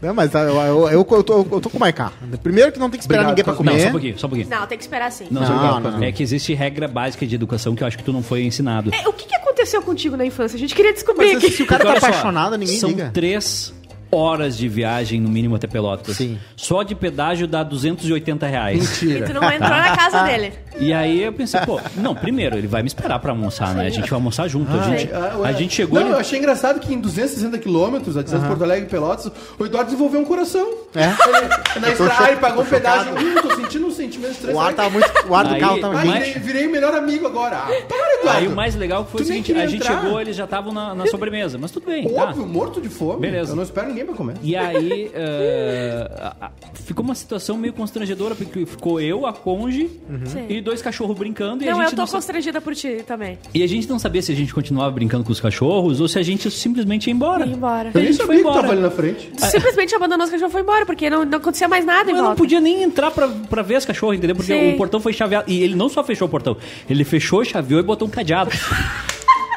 Não, mas ah, eu, eu, eu, eu tô, eu tô com o Maiká. Primeiro que não tem que esperar
Obrigado,
ninguém pra
Não, só um
comer.
pouquinho, só um pouquinho.
Não, tem que esperar sim.
Não, só um
Não,
pouquinho.
não, não.
É que existe regra básica de educação que eu acho que tu não foi ensinado.
É, o que, que aconteceu contigo na infância? A gente queria descobrir
Mas
aqui.
se o cara
Porque
tá
olha só,
apaixonado, ninguém
são
liga.
três horas de viagem, no mínimo, até Pelotas.
Sim.
Só de pedágio dá 280 reais.
E tu não entrou na casa
Ah.
dele.
E aí eu pensei, pô, não, primeiro, ele vai me esperar pra almoçar, né? A gente vai almoçar junto. a, gente,
Ah, ué.
a gente chegou...
Não,
ele-
eu achei engraçado que em 260 quilômetros, a distância de Porto Alegre e Pelotas, o Eduardo desenvolveu um coração.
É?
Ele, na
Eu tô
estrada,
cho-
ele pagou um
tô
pedágio.
chocado.
Hum, tô sentindo um sentimento
O ar
estressante.
tá muito. O ar do
Aí-
carro tá
aí-
muito.
Ai, virei o melhor amigo agora. Ah, para, Eduardo.
Aí o mais legal foi
Tu
o
nem
seguinte,
queria
a gente
entrar.
chegou, eles já estavam na, na sobremesa, mas tudo bem, tá?
é Óbvio, morto de fome.
Beleza.
Eu não espero ninguém pra comer.
E aí eh, a- a- ficou uma situação meio constrangedora, porque ficou eu, a Conge
Uhum. Sim.
e dois cachorros brincando e,
Não,
a
eu
gente
tô
não sa-
constrangida por ti também.
e a gente não sabia se a gente continuava brincando com os cachorros ou se a gente simplesmente ia embora.
Ia embora.
E a
Eu nem
gente
sabia
foi
que tava ali
embora.
na frente.
Tu simplesmente abandonou os cachorros e foi embora, porque não, não acontecia mais nada em
Eu não
volta.
podia nem entrar pra, pra ver as cachorras, entendeu? Porque
Sim.
o portão foi chaveado. E ele não só fechou o portão, ele fechou, chaveou e botou um cadeado.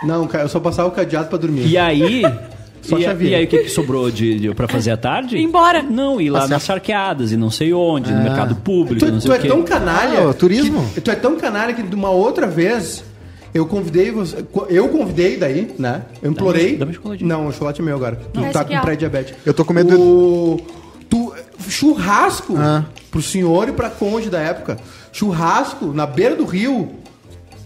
Não, cara, eu só passava o cadeado pra dormir.
E aí.
Só
e,
chaveiro.
e aí, o que, que sobrou de, de, pra fazer à tarde?
Ir embora.
Não, ir lá nas charqueadas e não sei onde, no mercado público,
Ah. Tu,
não sei
tu
o
é
quê.
tão canalha.
Ah, o turismo.
que- tu é tão canalha que de uma outra vez eu convidei você. co- Eu convidei daí, né? Eu implorei.
dá mais chocoladinho.
não, o chocolate é meu agora. Tu
Esse
tá
aqui,
com
ó.
pré-diabetes.
Eu tô com medo
O, tu, churrasco
Ah.
pro senhor e pra conde da época. Churrasco na beira do rio.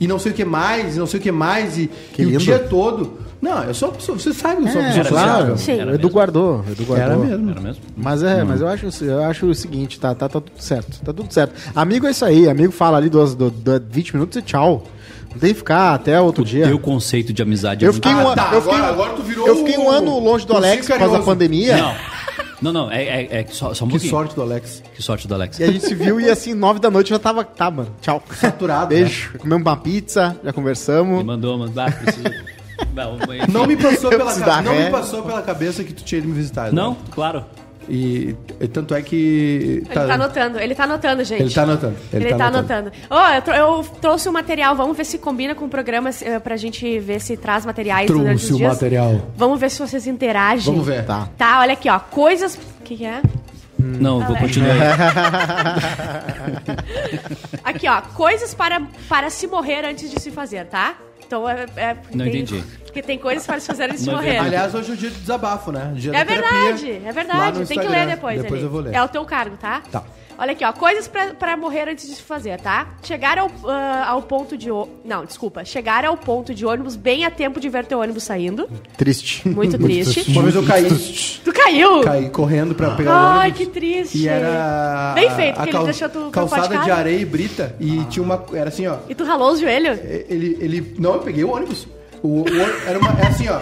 E não sei o que mais, e não sei o que mais, e,
Que
e o
lindo.
dia todo. Não, eu sou uma pessoa. Você sabe que eu sou uma
É,
pessoa
claro.
sociável.
Sim.
O Edu guardou. o Edu guardou.
Era mesmo. Hum.
Era mesmo?
Mas é, mas eu acho, eu acho o seguinte, tá, tá, tá tudo certo. Tá tudo certo. Amigo é isso aí, amigo fala ali duas, du- du- 20 minutos e tchau. Não tem que ficar até outro dia.
Teu conceito de amizade é
Eu
muito
fiquei, um,
Ah, tá,
eu fiquei,
agora- agora tu virou
eu fiquei um
o-
ano longe do
o
Alex por causa da
Sicarioso.
pandemia.
Não. Não, não, é, é- é só, só um
Que
pouquinho.
sorte do Alex.
Que sorte do Alex.
E a gente se viu e assim, 9 da noite já tava. Tá, mano. Tchau.
Saturado, né?
Beijo. Comemos uma pizza, já
Me
conversamos.
mandou, mandou. Ah, preciso. um Não, mas-
Não me passou,
Eu
pela,
preciso
ca-
dar
não
ré.
me passou pela cabeça que tu tinha ido me visitar. Eduardo.
Não, claro.
E, e tanto é que.
Ele tá anotando, ele tá anotando, gente.
Ele tá anotando.
Ele, tá, anotando. Ó, eu, tro- eu trouxe o material, vamos ver se combina com o programa eh, pra gente ver se traz materiais
Trouxe
durante os
o
dias.
material.
Vamos ver se vocês interagem.
Vamos ver.
Tá.
Tá, olha aqui, ó. Coisas. O que, que é?
Hum.
Não, eu vou continuar. aí.
Aqui, ó. Coisas para, para se morrer antes de se fazer, tá? Então é. é-
Não
tem-
entendi.
Porque tem coisas para te fazerem se
No
morrer.
evento.
Aliás, hoje é o dia do desabafo, né? Dia da
É
terapia.
verdade, é
Lá
verdade.
no
Tem que ler
Instagram.
depois.
Depois
ali.
eu vou ler.
É o teu cargo, tá?
Tá.
Olha aqui, ó. Coisas pra, pra morrer antes de se fazer, tá? Chegar ao, ah, ao ponto de. ô- Não, desculpa. Chegar ao ponto de ônibus bem a tempo de ver teu ônibus saindo.
Triste.
Muito triste.
Uma vez eu caí,
tu caiu!
caí correndo pra pegar o
Ai,
ônibus.
que triste.
E era.
Bem feito, que ele
cal-
deixou tu
Calçada
calçado.
de areia e brita. E tinha uma. Era assim, ó.
E tu ralou o joelho?
Ele. ele não, eu peguei o ônibus. O, o ônibus- era uma. É assim, ó.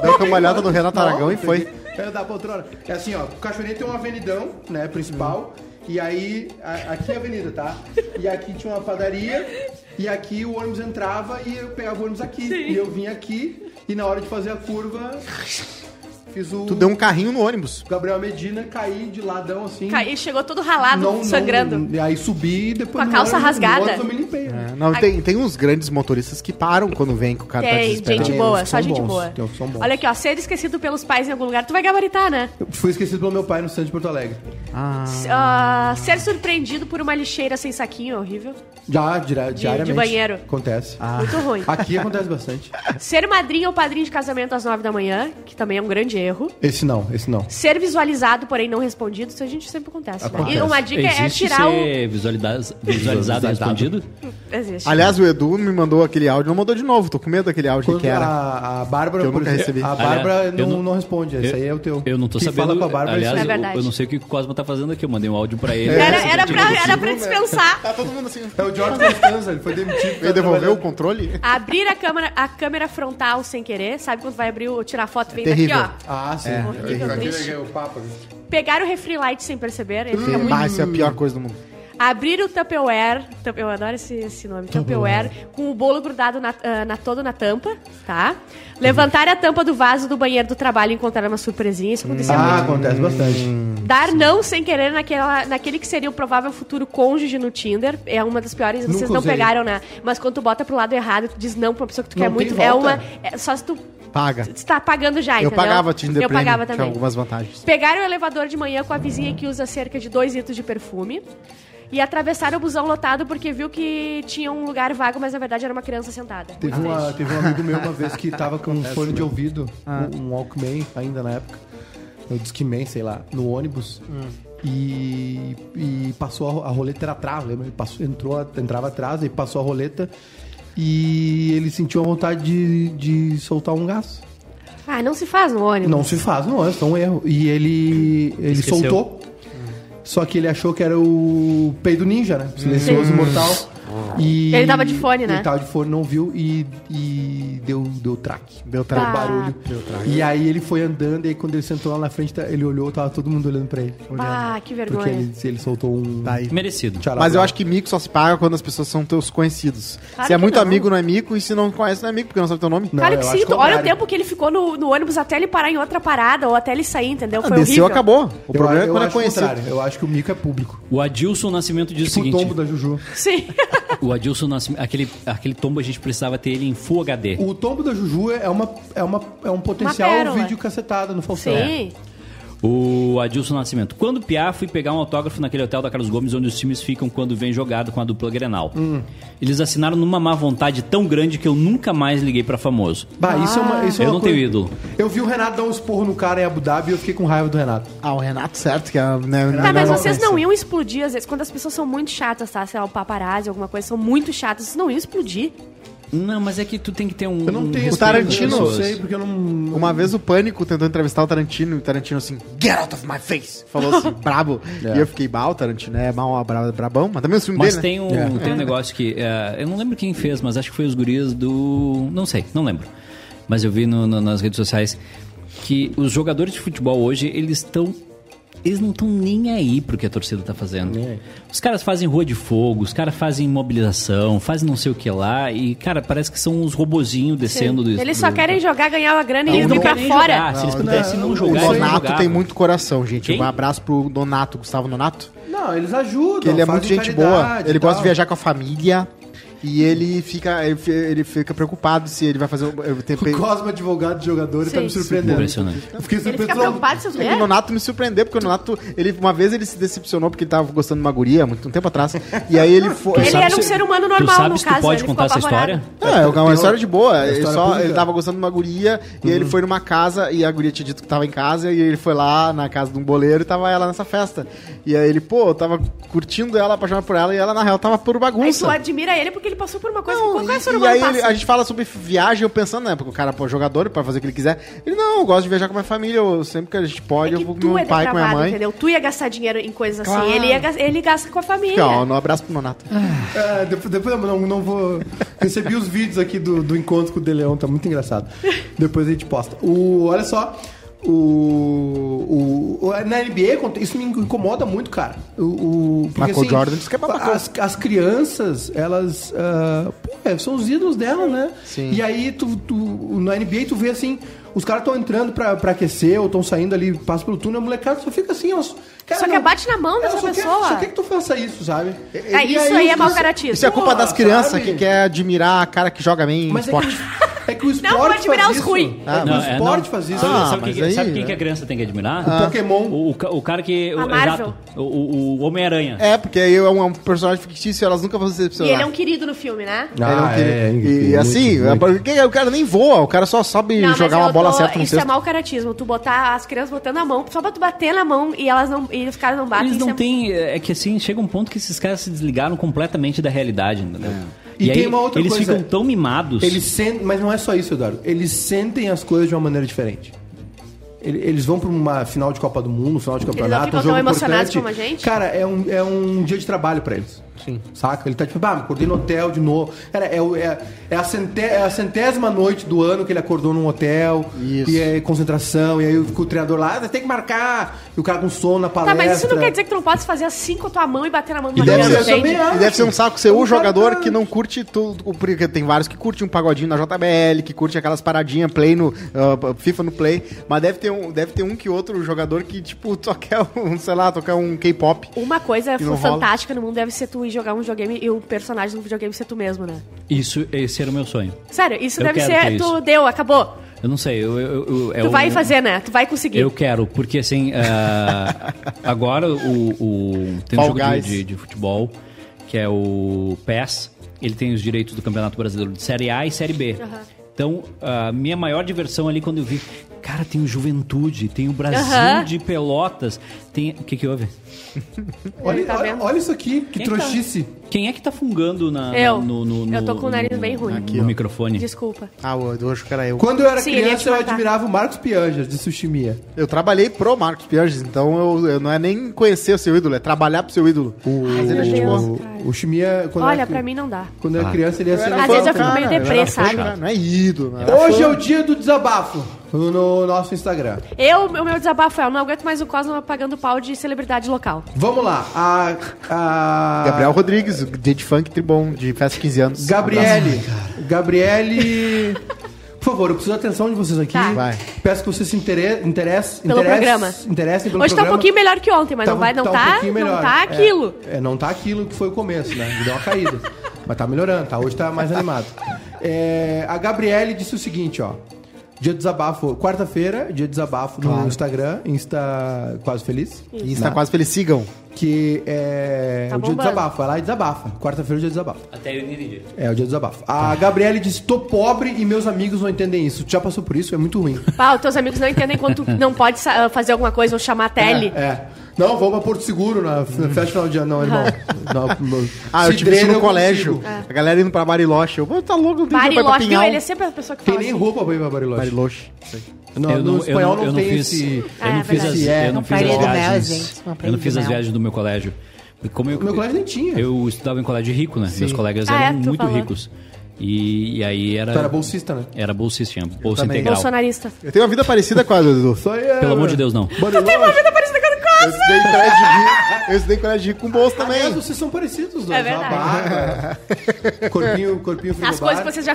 Deu uma olhada no Renato Aragão e foi.
Era da poltrona. É assim, ó. O Cachoeirinha tem um avenidão, né, principal. E aí, a- aqui é a avenida, tá? E aqui tinha uma padaria. E aqui o ônibus entrava e eu pegava o ônibus aqui. E eu vim aqui. E na hora de fazer a curva, fiz o.
Tu deu um carrinho no ônibus.
Gabriel Medina, caí de ladão assim.
Caiu, chegou todo ralado,
Não, não,
sangrando.
e aí subi e depois.
Com a
no
calça
ônibus- no
rasgada.
ônibus Eu me limpei. né?
É, não,
A-
tem, tem uns grandes motoristas que param quando vem que o cara tá
Tem,
desesperado.
é gente
Tem,
boa,
uns
só
que são
gente
bons,
boa.
tem uns que são bons.
Olha aqui, ó, ser esquecido pelos pais em algum lugar, tu vai gabaritar, né?
É. Eu fui esquecido pelo meu pai no centro de Porto Alegre.
Ah,
S- ah, ser surpreendido por uma lixeira sem saquinho é horrível.
Já, dira- diariamente.
de banheiro.
Acontece.
Muito ruim.
Aqui acontece bastante.
Ser madrinha ou padrinho de casamento às nove da manhã, que também é um grande erro.
Esse não, esse não.
Ser visualizado, porém não respondido, isso a gente sempre acontece. né?
Acontece.
E uma dica é
Existe
tirar
ser visualiza- visualizado e respondido?
o. Existe.
Aliás, o Edu me mandou aquele áudio, não mandou de novo, tô com medo daquele áudio
Quando
que era.
a, a Bárbara,
Que eu
por
nunca
exemplo,
recebi.
a Bárbara
Aliás, eu
não,
não-
não responde. Esse aí é o teu.
Eu não tô
Quem
sabendo.
fala com a Bárbara,
aliás,
esse
é
aí.
eu-
verdade.
eu, não sei o que o Cosmo tá fazendo aqui. Eu mandei um áudio pra ele.
Era, era, pra, era pra dispensar.
Tá todo mundo assim.
é o tá George Costanza, ele foi demitido.
Ele devolveu o controle?
Abrir a câmera, a câmera frontal sem querer, sabe quando vai abrir ou tirar foto vem daqui,
terrível.
ó.
Ah, sim.
Horrível, triste.
é o papo.
Pegar o refri light sem perceber, ele fica muito
Ah, isso é a pior coisa do mundo.
Abrir o Tupperware, Tup- eu adoro esse, esse nome, Tupperware, com o bolo grudado na, ah, na- todo na tampa, tá? Levantar a tampa do vaso do banheiro do trabalho e encontrar uma surpresinha, isso acontecia
Ah,
muito.
acontece bastante.
Dar não sem querer naquela, naquele que seria o provável futuro cônjuge no Tinder, é uma das piores, vocês
Nunca
não
usei.
pegaram, né? Mas quando tu bota pro lado errado, tu diz não pra uma pessoa que tu
Não
quer
tem
muito, é
volta.
uma... é só se tu,
Paga.
se tu tá pagando já,
Eu
entendeu?
pagava Tinder
Eu
Premium,
pagava
tinha
também.
algumas vantagens.
Pegar o elevador de manhã com a vizinha que usa cerca de dois litros de perfume. E atravessar o busão lotado porque viu que tinha um lugar vago, mas na verdade era uma criança sentada.
Teve, uma, teve um amigo meu uma vez que tava com um fone de ouvido, um- um Walkman ainda na época, um Discman, sei lá, no ônibus. E, e passou a, ro- a roleta era atrás, lembra? Ele passou, entrou, a- entrava atrás e passou a roleta. E ele sentiu a vontade de, de soltar um gás.
Ah, não se faz no ônibus.
Não se faz, não, é só um erro. E ele, ele
Esqueceu.
soltou. Só que ele achou que era o peido ninja, né?
Hum.
Silencioso mortal. E
Ele tava de fone, né?
Ele tava de fone, não viu e, e deu, deu traque.
Deu
Tá.
Deu
trabalho.
barulho.
Ah. Deu traque.
E aí ele foi andando, e aí quando ele sentou lá na frente, tá- ele olhou, tava todo mundo olhando pra ele. olhando.
Ah, que vergonha.
né? Porque ele, ele soltou um.
Tá aí.
Merecido.
tcharabá.
Mas eu acho que mico só se paga quando as pessoas são teus conhecidos.
Claro
se é
que
muito
não.
amigo, não é mico. E se não conhece, não é amigo, porque não sabe teu nome.
Não,
Claro
eu
que
acho
sim, tu-
o
olha o
contrário.
tempo que ele ficou no, no ônibus até ele parar em outra parada ou até ele sair, entendeu? Foi
Ah, Desceu,
horrível.
acabou.
Eu-
O problema é
eu
quando é
acho o
conhecido.
contrário, Eu acho que o mico é público.
O Adilson Nascimento diz o
Tipo o
seguinte:
tombo da Juju.
Sim.
o Adilson Nascimento, aquele, aquele tombo a gente precisava ter ele em Full HD.
O tombo da Juju é, uma, é, uma, é um potencial
pérola.
vídeo cacetada no Faustão.
sim.
O Adilson Nascimento. Quando piar, fui pegar um autógrafo naquele hotel da Carlos Gomes, onde os times ficam quando vem jogado com a dupla Grenal. Eles assinaram numa má vontade tão grande que eu nunca mais liguei pra famoso.
Bah, isso é uma, isso é
Eu
uma
não tenho ídolo.
Eu vi o Renato dar um esporro no cara em Abu Dhabi e eu fiquei com raiva do Renato.
Ah, o Renato, certo, que é. Né,
Tá, mas
não-
vocês não iam explodir às vezes. Quando as pessoas são muito chatas, tá? Sei lá, o paparazzi, alguma coisa, são muito chatas, vocês não iam explodir.
Não, mas é que tu tem que ter um.
Eu não tenho
um
esse
Tarantino,
tempo, Eu
pessoas.
não sei, porque eu não.
Uma vez o Pânico tentou entrevistar o Tarantino e o Tarantino assim, get out of my face! Falou assim, brabo.
É.
E eu fiquei, bah, o Tarantino é mal, bra, brabão, mas também o filme
Mas
dele, né?
tem um, tem um negócio que. é, eu não lembro quem fez, mas acho que foi os gurias do. Não sei, não lembro. Mas eu vi no- no- nas redes sociais que os jogadores de futebol hoje, eles estão. Eles não estão nem aí pro que a torcida tá fazendo. Os caras fazem rua de fogo, os caras fazem mobilização, fazem não sei o que lá. E, cara, parece que são uns robozinhos descendo do
Eles só
do-
querem jogar, ganhar a grana
Não,
e
não
ir pra
querem
fora.
jogar. Se eles pudessem não,
não,
um
né? O
jogar, eles não
Donato tem
jogavam.
muito coração, gente.
Quem?
Um abraço pro Donato, Gustavo Donato.
Não, eles ajudam.
Que ele é
fazem
muito gente
caridade
boa.
e
Ele
tal.
gosta de viajar com a família. E ele fica, ele fi- ele fica preocupado se ele vai fazer um, o o
O
tempero.
Cosmo, advogado de jogador, ele tá
Sim.
me surpreendendo.
Impressionante.
Eu Fiquei
Ele fica
surpreso.
preocupado se eu
É que o Nonato me surpreendeu, porque o Nonato, ele, uma vez ele se decepcionou porque ele tava gostando de uma guria, muito um tempo atrás. E aí ele foi.
Ele
sabe
era um
se-
ser humano
Tu
normal,
sabe
no
se tu
caso.
pode
ele
contar essa
ficou apavorado.
história?
É, é uma história de boa.
história Uhum.
ele, só,
pública.
ele tava gostando de uma guria e ele foi numa casa e a guria tinha dito que tava em casa e ele foi lá na casa de um boleiro e tava ela nessa festa. E aí ele, pô, tava curtindo ela, apaixonado por ela e ela na real tava por
Aí tu
bagunça.
admira ele porque ele passou por uma coisa
Não,
que qualquer
e-
ser
e
humano
aí
passa.
ele- a gente fala sobre viagem, eu pensando, né? Porque o cara, pô, jogador, ele pode fazer o que ele quiser. Ele, não, eu gosto de viajar com a minha família, eu, sempre que a gente pode,
É
eu
que
vou com
tu é
meu pai, com minha
depravado,
mãe.
entendeu? Tu ia gastar dinheiro em coisas
Claro.
assim. Ele, ia, gas- ele gasta com a família.
Aqui, ó, um abraço pro Nonato.
É, depois, depois eu não, não vou. Recebi os vídeos aqui do, do encontro com o De Leon, tá muito engraçado. Depois a gente posta. O, olha só. O, o, o- na NBA, quando- isso me incomoda muito, cara. O, o,
Michael Jordan disse que é babacão.
as, as crianças, elas. ah, pô, é, são os ídolos dela, né?
Sim.
E aí, tu, tu, na NBA, tu vê assim. Os caras estão entrando pra, pra aquecer ou estão saindo ali, passa pelo túnel, a molecada só fica assim, ó. Cara,
Só quer bate na mão
ela
dessa
só quer-
pessoa.
só quer que tu faça isso, sabe?
É,
E
isso aí é
os-
mau caratismo.
Isso é culpa
Porra,
das crianças
sabe?
que quer admirar a cara que joga bem em
Mas é
esporte.
que, é que o esporte.
pode admirar
faz
os
isso.
ruins.
É que
Não,
o
é, não.
esporte faz isso.
Sabe, sabe
Ah,
quem,
mas aí,
sabe quem
né?
que a criança tem que admirar?
O Ah. Pokémon.
O, o ca- o cara que.
A
o,
Marvel.
exato. O, o- o Homem-Aranha.
É, porque aí é um, um personagem fictício e elas nunca vão se
E
decepcionar.
ele é um querido no filme, né?
Ele é um querido.
incrível,
E
muito,
assim,
muito.
porque o cara nem voa, o cara só sabe
Não, mas
jogar
eu
uma bola
tô-
certa no
Isso é
cesto.
mau caratismo. Tu botar as crianças botando a mão, só pra tu bater na mão e elas não. E os caras não batem.
Eles
isso
não
é-
têm. É que assim, chega um ponto que esses caras se desligaram completamente da realidade, entendeu?
É. E tem uma outra
eles
coisa.
ficam tão mimados.
Eles sentem, mas não é só isso, Eduardo. Eles sentem as coisas de uma maneira diferente. Ele- Eles vão pra uma final de Copa do Mundo, final de campeonato,
ficam
um jogo
tão emocionados
importante.
como a gente?
Cara, é um, é um dia de trabalho pra eles. Sim. Saca? Ele tá tipo, ah, me acordei no hotel de novo. Cara, é, o- é- é a, centé- é a centésima noite do ano que ele acordou num hotel.
Isso.
E é concentração. E aí o treinador lá, ah, tem que marcar. E o cara com sono na
Tá,
palestra.
mas isso não quer dizer que tu não pode fazer assim com a tua mão e bater na mão de
E
uma
deve,
Eu
criança,
ser,
também
entende?
acho.
e deve
assim,
ser um saco ser
Um
o jogador
cara-
que não curte tudo. Porque tem vários que curtem um pagodinho na JBL, que curte aquelas paradinhas, play no. ah, FIFA no play. Mas deve ter, um, deve ter um que outro jogador que, tipo, só quer um, sei lá, só quer um K-pop.
Uma coisa
E não rola.
fantástica no mundo deve ser tu ir jogar um videogame e o personagem do videogame ser tu mesmo, né?
Isso, esse era o meu sonho.
Sério, isso
Eu
deve
quero
ser.
ter
Tu
isso.
deu, acabou.
Eu não sei, eu. eu, eu- é
tu
o-
vai fazer, né? Tu vai conseguir.
Eu quero, porque assim, ah, agora o, o- tem um
Fall
jogo de,
Guys.
de- de futebol que é o PES. Ele tem os direitos do Campeonato Brasileiro de Série A e Série B. Então, a minha maior diversão ali quando eu vi, cara, tem o Juventude, tem o Brasil
Aham.
de Pelotas, tem. O que que houve?
Olha,
Ele tá
olha,
vendo. Então.
olha isso aqui, que
Quem tá?
trouxice.
Quem é que tá fungando na, na-
Eu.
no, no,
Eu
no-
tô com o nariz
no-
bem ruim.
Aqui, no
ó.
microfone?
Hum.
Desculpa.
Ah, o eu acho que era eu.
Quando eu era
Sim, ele ia te
criança, eu
matar.
admirava o Marcos Pianjas, de Sushimia.
Eu trabalhei pro Marcos Pianges, então eu, eu não é nem conhecer o seu ídolo, é trabalhar pro seu ídolo. Mas ele é
meu
gente
Deus.
boa.
tipo o, o Chimia, quando
Olha,
era,
pra mim não dá.
Quando eu era criança, ele ia ser.
Às
fã
vezes
do
eu fico
um cara,
meio
era
deprê,
fã do
sabe?
cara, Não é ídolo, né?
Hoje é o dia do desabafo no nosso Instagram.
Eu, o meu desabafo é, eu não aguento mais o Cosmo pagando pau de celebridade local.
Vamos lá. A. a-
Gabriel Rodrigues, DJ de funk tribom, de festa de 15 anos.
Gabriele. Gabriele. Por favor, eu preciso da atenção de vocês aqui.
Tá.
Vai.
Peço que vocês se interesse, interesse,
Pelo programa.
interessem pelo
Hoje tá um
programa.
pouquinho melhor que ontem, mas não vai, não tá,
um pouquinho
não
melhor.
tá
É,
aquilo.
É, não tá aquilo que foi o começo, né? Deu uma caída. Mas tá melhorando, tá? Hoje tá mais animado. É, a Gabriele disse o seguinte, ó. Dia de desabafo, quarta-feira, dia de desabafo no Instagram, Insta Quase Feliz.
Insta quase feliz, sigam.
Que é
Tá
o dia de
bombando.
desabafo. Vai lá e desabafa. Quarta-feira é o dia de desabafo.
Até eu entendi.
É o dia do desabafo. A Gabriele disse: tô pobre e meus amigos não entendem isso. Tu já passou por isso? É muito ruim.
Pau, teus amigos não entendem quando tu não pode sa- fazer alguma coisa ou chamar a tele.
É. Não, vou pra Porto Seguro na, na festa final de ano, não, irmão. Não,
Ah, eu
se
tive isso
drena, eu
no
É.
colégio.
consigo.
A galera indo pra Bariloche. Eu, "Pô, tá louco, não tem dinheiro pra ir pra
Bariloche, viu?
Pinhal."
Ele é sempre a pessoa que
Tem
fala
nem
assim.
roupa pra ir pra Bariloche.
Bariloche. sei.
Não,
eu não,
no
eu não,
espanhol não,
eu não
tem
fiz,
esse.
eu não
Ah,
fiz
verdade.
as,
É,
eu não
não
fiz as
aprendi nada,
viagens.
gente. Não
eu não
aprendi
fiz as
nada.
viagens do meu colégio. E Como eu,
Meu colégio nem tinha.
Eu estudava em colégio rico, né? Meus colegas
Ah, é,
eram
tu
muito
falou.
ricos. E, e aí era.
Tu era bolsista, né?
Era bolsista, tinha bolsa
também.
integral.
Bolsonarista.
Eu tenho uma vida parecida com a do Edu.
Isso aí é.
Pelo amor de Deus, não.
Bariloche. Tem uma vida
Parecida com
Eu estudei em colégio de rico, eu estudei em colégio de rico com bolsa também.
vocês são parecidos os dois.
É verdade.
uma barba, corpinho, corpinho
As
frigobar.
coisas que vocês já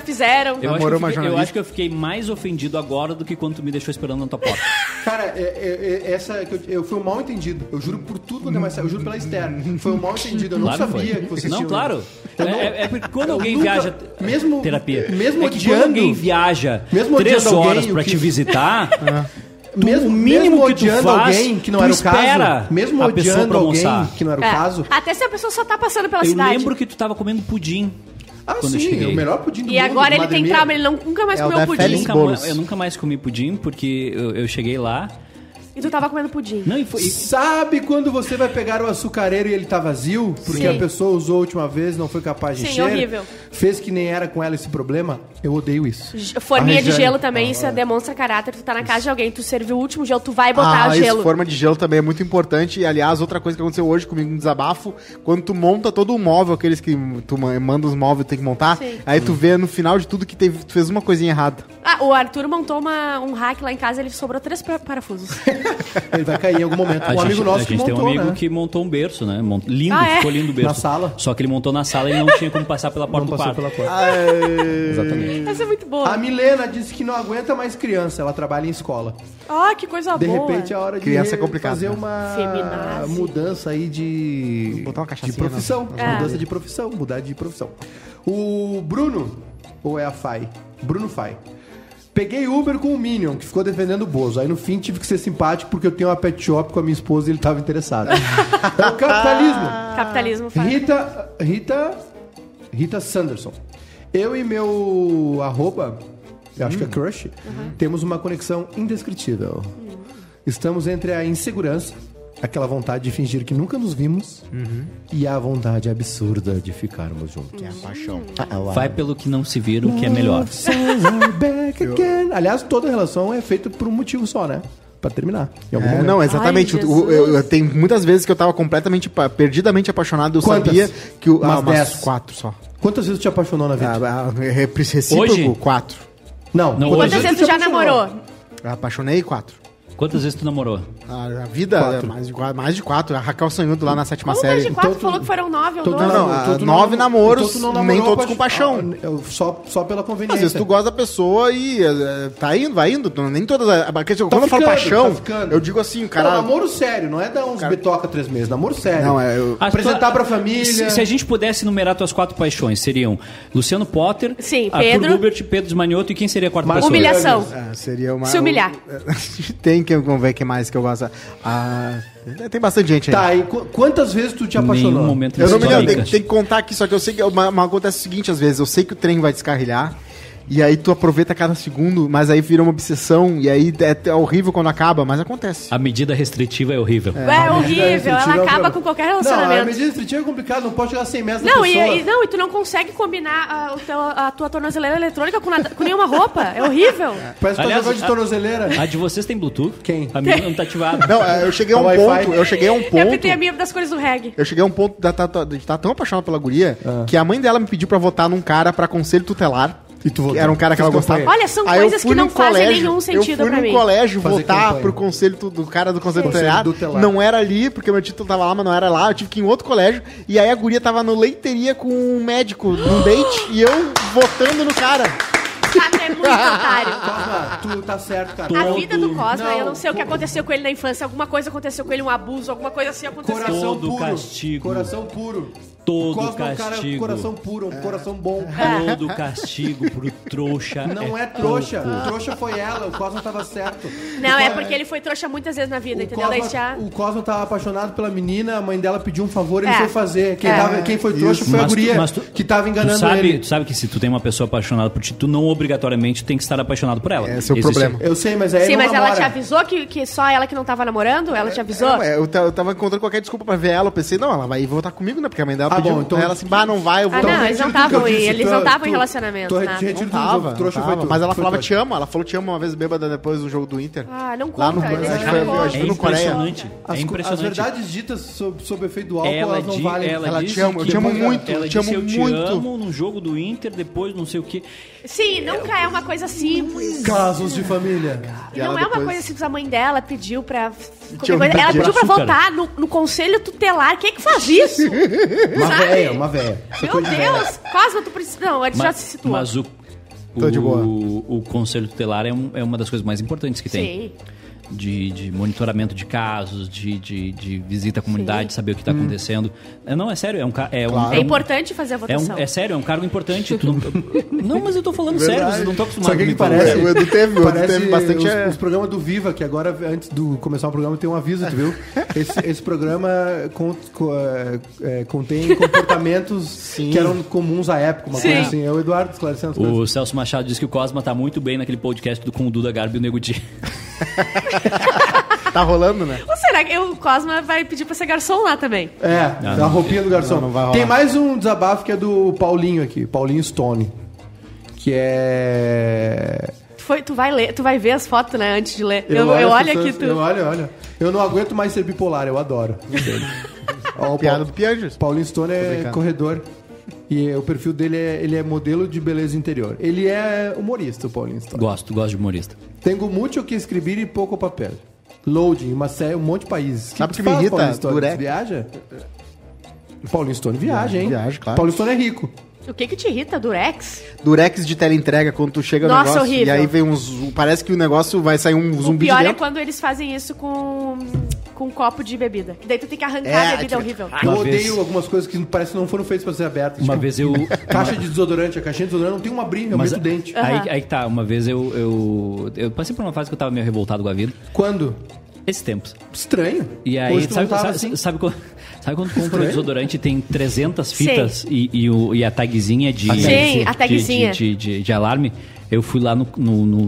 Eu
fizeram.
acho, que
Namorou
eu,
uma
fiquei, eu
jornalista.
acho que eu fiquei mais ofendido agora do que quando tu me deixou esperando na tua porta.
Cara, é- é- é- essa que eu, eu fui um mal entendido. Eu juro por tudo quanto é mais sério. Eu juro pela externa. Foi um mal entendido. Eu não
Claro
sabia
foi.
que um- vocês
Não,
tinham.
claro. É, é- é porque quando
Eu
alguém
nunca-
viaja.
mesmo-
Terapia.
mesmo
é que
odiando-
quando alguém viaja
mesmo
três
odiando
horas
alguém,
pra
o que- É.
te visitar. tu-
Mesmo,
o mínimo
mesmo
que tu
odiando
faz,
alguém que não
tu
era o
espera
caso, mesmo
a pessoa
odiando
pra
alguém
almoçar.
que não era o
É.
caso,
Até se a pessoa só tá passando pela
Eu
cidade.
lembro que tu tava comendo pudim.
ah,
quando eu
sim,
cheguei.
é o melhor pudim do
E
mundo,
agora ele tem
Mademir.
trauma, ele não, nunca mais
É o
comeu
da
pudim.
Eu
Félix
nunca,
Bolos.
ma- eu nunca mais comi pudim, porque eu, eu cheguei lá.
E tu tava comendo pudim.
Não, e foi. e-
Sabe quando você vai pegar o açucareiro e ele tá vazio? Porque
Sim.
a pessoa usou a última vez, não foi capaz de
Sim,
encher.
horrível.
Fez que nem era com ela esse problema. Eu odeio isso.
Ge- Forminha
A
de
Regiane-
gelo também, isso é demonstra caráter. Tu tá na casa de alguém, tu serviu o último gelo, tu vai botar
ah,
o
isso,
gelo.
forma de gelo também é muito importante. E, aliás, outra coisa que aconteceu hoje comigo no desabafo, quando tu monta todo o móvel, aqueles que tu ma- manda os móveis tem que montar,
Sim.
aí tu vê no final de tudo que teve- tu fez uma coisinha errada.
Ah, o Arthur montou uma- um hack lá em casa, ele sobrou três pa- parafusos. tá-
Ele vai cair em algum momento.
A
um amigo
gente, a
nosso que
gente
montou,
tem um amigo
né?
que montou um berço, né? Mont- Lindo,
Ah, é?
ficou lindo o berço.
Na sala?
Só que ele montou na sala e não tinha como passar pela porta do
Não passou
quarto.
pela porta.
Exatamente.
Essa é muito
A
boa.
Milena disse que não aguenta mais criança, ela trabalha em escola.
Ah, que coisa
De
boa.
repente é hora de
Criança é
re-
complicado,
fazer
né?
uma
Feminazi.
mudança aí de
Botar uma
de
cachaçinha na-
profissão,
É.
mudança de profissão, mudar de profissão. O Bruno ou é a Fai? Bruno Fai. Peguei Uber com o Minion, que ficou defendendo o Bozo. Aí no fim tive que ser simpático porque eu tenho uma pet shop com a minha esposa e ele tava interessado. é o capitalismo.
Capitalismo faz.
Rita, Rita, Rita Sanderson. Eu e meu arroba, eu
Hum.
acho que é crush, temos uma conexão indescritível.
Hum.
Estamos entre a insegurança, aquela vontade de fingir que nunca nos vimos,
Uhum.
e a vontade absurda de ficarmos juntos.
É a paixão.
Vai pelo que não se viram, que é melhor.
So we're back again. Aliás, toda relação é feita por um motivo só, né? Pra terminar. Em algum
É,
momento.
não, exatamente.
Ai,
O- o- eu,
Jesus.
eu- tem muitas vezes que eu tava completamente, pa- perdidamente apaixonado. Eu
Quantas?
sabia que o.
Umas
ah, umas
dez.
quatro só.
Quantas vezes tu te apaixonou na vida?
Ah, ah, é recíproco,
Hoje?
quatro.
não.
Não,
Quantas
hoje-
vezes tu já
apaixonou?
namorou?
Eu apaixonei quatro.
Quantas vezes tu namorou?
A, a vida,
Quatro.
é mais de, qua- mais de quatro. A Raquel Sanhudo lá na sétima
Uma
série.
de quatro
tu-
falou que foram nove ou
Todo
doze.
não,
namoro-
ah,
todo namoro-
nove namoros,
então tu não
nem
namorou
todos com paixão.
Ah, eu- Só, só pela
Às
conveniência.
vezes tu gosta da pessoa e eh, tá indo, vai indo. tu- Nem todas. a- a- Quando eu
ficando,
falo paixão,
tá ficando.
eu digo assim, o
Cara,
cara.
namoro sério, não é dar uns bitoca três meses. Namoro sério.
Não, é, eu-
As
Apresentar
tua-
pra família.
Se, se a gente pudesse enumerar tuas quatro paixões, seriam Luciano Potter,
Sim,
Arthur
Pedro.
Gubert, Pedro Esmanioto e quem seria a quarta
Marcos
pessoa?
Humilhação.
Humilhação.
Ah, seria uma.
Se humilhar.
tem que vamos ver que mais que eu gosto. Ah, tem bastante gente aí.
Tá, e qu- quantas vezes tu te apaixonou?
Nenhum momento
Eu não me
histórica.
lembro, tem, tem que contar aqui, só que eu sei que é uma, uma- acontece o seguinte às vezes, eu sei que o trem vai descarrilhar, e aí tu aproveita cada segundo, mas aí vira uma obsessão, e aí é, é horrível quando acaba, mas
Ah.
acontece.
A medida restritiva é horrível.
É horrível,
restritiva é um
ela acaba
problema.
com qualquer
Não, a
relacionamento.
medida restritiva é complicado, não pode chegar a 100 metros da
Não, e,
pessoa.
e- não, e tu não consegue combinar ah, o teu- a tua tornozeleira eletrônica com, nada- com nenhuma roupa. É horrível.
Parece que tá
Aliás,
jogando de
a-
tornozeleira.
A de vocês tem Bluetooth?
Quem?
A minha não tá ativada.
Não, é, eu cheguei a um
Então O Wi-Fi.
ponto, eu cheguei a um
É porque
ponto.
tem a minha das cores do reggae.
Eu cheguei a um ponto da, tá, tá- de estar tão apaixonado pela guria que a mãe dela me pediu pra votar num cara pra conselho tutelar.
E tu votou?
que Era um cara que
Fiz
ela gostava.
campanha.
Olha, são
eu
coisas
fui
que não
num
fazem nenhum sentido
Eu fui
pra
num
mim.
colégio
Fazer
votar
campanha.
pro conselho tu- do cara do conselho
Conselho
tutelar.
tutelar.
Não era ali, porque meu título tava lá, mas não era lá. Eu tive que ir em outro colégio. E aí a guria tava no leiteria com um médico num date e eu votando no cara.
Cara, é muito otário.
Cosma, tu tá certo, cara.
A vida do Cosma,
Não,
eu não sei o que aconteceu com ele na infância. Alguma coisa aconteceu com ele, um abuso, alguma coisa assim aconteceu.
Coração
Todo
puro.
castigo.
Coração puro.
Todo
O Cosma é um cara com
castigo.
coração puro,
É.
um coração bom.
Todo castigo pro trouxa.
Não é, trouxa. Trouxa foi ela, o Cosma tava certo.
Não,
O
é
Co-
porque ele foi trouxa muitas vezes na vida,
O
entendeu? Daí já...
Cosma, o Cosma tava apaixonado pela menina, a mãe dela pediu um favor, ele
É.
foi fazer. Quem,
É.
tava- quem foi trouxa foi a
Mas tu-
guria
mas tu-
que tava enganando
tu sabe,
ele.
Tu sabe que se tu tem uma pessoa apaixonada por ti, tu não obrigatoriamente tem que estar apaixonado por ela.
Esse é o problema.
Eu sei, mas aí
Sim,
ele não
mas ela
namora.
te avisou que, que só ela que não tava namorando? Ela te avisou?
É, Eu, ta- eu tava encontrando qualquer desculpa pra ver ela. Eu pensei, não, ela vai votar comigo, né? Porque a mãe dela
Ah,
pediu.
bom, então-
Aí ela assim, bah, não vai, eu vou
Ah,
dar um
não,
jeito."
eles não estavam
Eu disse,
eles
tu-
não estavam em
tu-
relacionamento, né?
tu-
nada.
te retiro
Não
do jogo,
tava, não
trouxa foi
tava,
tu,
mas ela
foi
falava
tu.
te amo, ela falou te amo uma vez bêbada depois do jogo do Inter.
Ah, não
Lá no
conta. eles não
Brasil, foi- eu
contam.
acho
É
que no Coreia.
impressionante.
As,
é
co- as
impressionante.
verdades ditas sob, sob efeito do álcool,
ela,
elas não
di-
valem.
ela,
Ela
disse
te ama, eu
que-
te amo
ela-
muito,
Ela
te
disse
amo
eu te
muito.
amo num jogo do Inter, depois não sei o que.
Sim, nunca é uma coisa simples.
Casos de família.
E
E
não
ela
é uma
depois-
coisa simples. A mãe dela pediu pra.
Tinha um
Ela
pedido
pediu pra
pra açúcar.
votar no, no conselho tutelar. Quem é que faz isso?
Uma
Sabe?
véia, uma véia.
Meu Deus! Cosma, tu precisa. Não, ele já se situa.
mas o,
Tô de boa.
o, o conselho tutelar é, um- é uma das coisas mais importantes que tem.
Sim.
de, de monitoramento de casos, de, de, de visita à comunidade, saber o que está acontecendo. É, não, é sério, é um... ca- É, um-
Claro.
é
Hum. É
um-
importante fazer a
É, um-
votação.
é sério, é um cargo importante. tu não, não, mas eu tô falando sério,
Verdade.
vocês não estão
Só
acostumados
que o que
comigo falando
é. parece,
sério.
o Edu teve, o Edu
Parece
teve bastante...
os,
é,
os programas do Viva, que agora, antes do começar o programa, tem um aviso, tu viu? Esse, esse programa con- co- é, é, contém comportamentos que eram comuns à época, uma coisa
Sim.
assim. É o Eduardo esclarecendo as coisas.
O Celso Machado disse que o Cosma tá muito bem naquele podcast do com o Duda Garbi e o Nego Di.
Tá rolando, né?
Ou será que o Cosma vai pedir pra ser garçom lá também?
É,
Não,
da
não.
roupinha do garçom.
Ah, Não, não vai rolar.
Tem mais um desabafo que é do Paulinho aqui, Paulinho Stone. Que é.
Tu, foi, tu, vai ler, tu vai ver as fotos, né, antes de ler. Eu, eu,
as
olho
pessoas-
aqui tu.
Eu olho, olha. Eu não aguento mais ser bipolar, eu adoro. Ó, o
Piada
Paulo-
do Pianges.
Paulinho Stone é
brincando.
corredor. E o perfil dele é, ele é modelo de beleza interior. Ele é humorista, o Paulinho Stone.
Gosto, gosto de humorista.
Tenho muito o que escrever e pouco papel. Loading, uma série, um monte de países.
Sabe o que
tu
me
faz,
irrita?
Paulinho Stone?
Durex.
Tu Viaja? Paulinho Stone viaja, hein?
Viaja, claro.
Paulinho Stone é rico.
O que que te irrita, Durex?
Durex de teleentrega quando tu chega
Nossa,
no negócio.
horrível.
E aí vem uns. Parece que o negócio vai sair um
O
zumbi de
pior é
dentro.
quando eles fazem isso com, com um copo de bebida. Que daí tu tem que arrancar
É,
a bebida
tipo,
horrível.
eu
Uma
odeio
vez-
algumas coisas que parece que não foram feitas pra ser abertas.
Uma
Tipo,
vez eu.
Caixa de desodorante. A caixinha de desodorante não tem uma brilha,
mas- é-
aumenta o dente.
aí,
Aham.
aí que tá, uma vez eu, eu. eu passei por uma fase que eu tava meio revoltado com a vida.
Quando?
Esses tempos.
Estranho.
E
Hoje
aí,
tu
sabe,
não tava
sabe,
assim?
sabe quando, sabe quando tu compra um
Estranho.
desodorante e tem 300 fitas e, e, o- e a tagzinha de.
Sim,
de-
a
de-
tagzinha.
De, de- de alarme? Eu fui lá no, no- no-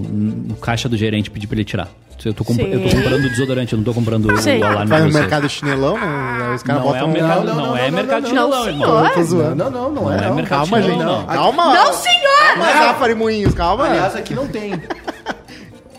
no caixa do gerente pedir pra ele tirar. Eu tô, compra-
Sim.
eu tô comprando desodorante, eu não tô comprando o,
Sim.
o alarme.
Vai
pra
no
vocês.
mercado chinelão, né? Aí os caras
Não é
botam
o
um.
mercado,
Não,
não,
não, não,
é
não,
mercado
não,
chinelão,
não,
irmão.
senhor.
Tô zoando.
Não, não, não, é.
é
não.
mercado
Calma,
chinelão,
gente.
não.
Calma.
Não, é senhor!
Calma, Zafari Moinhos, calma.
Aliás, aqui não tem.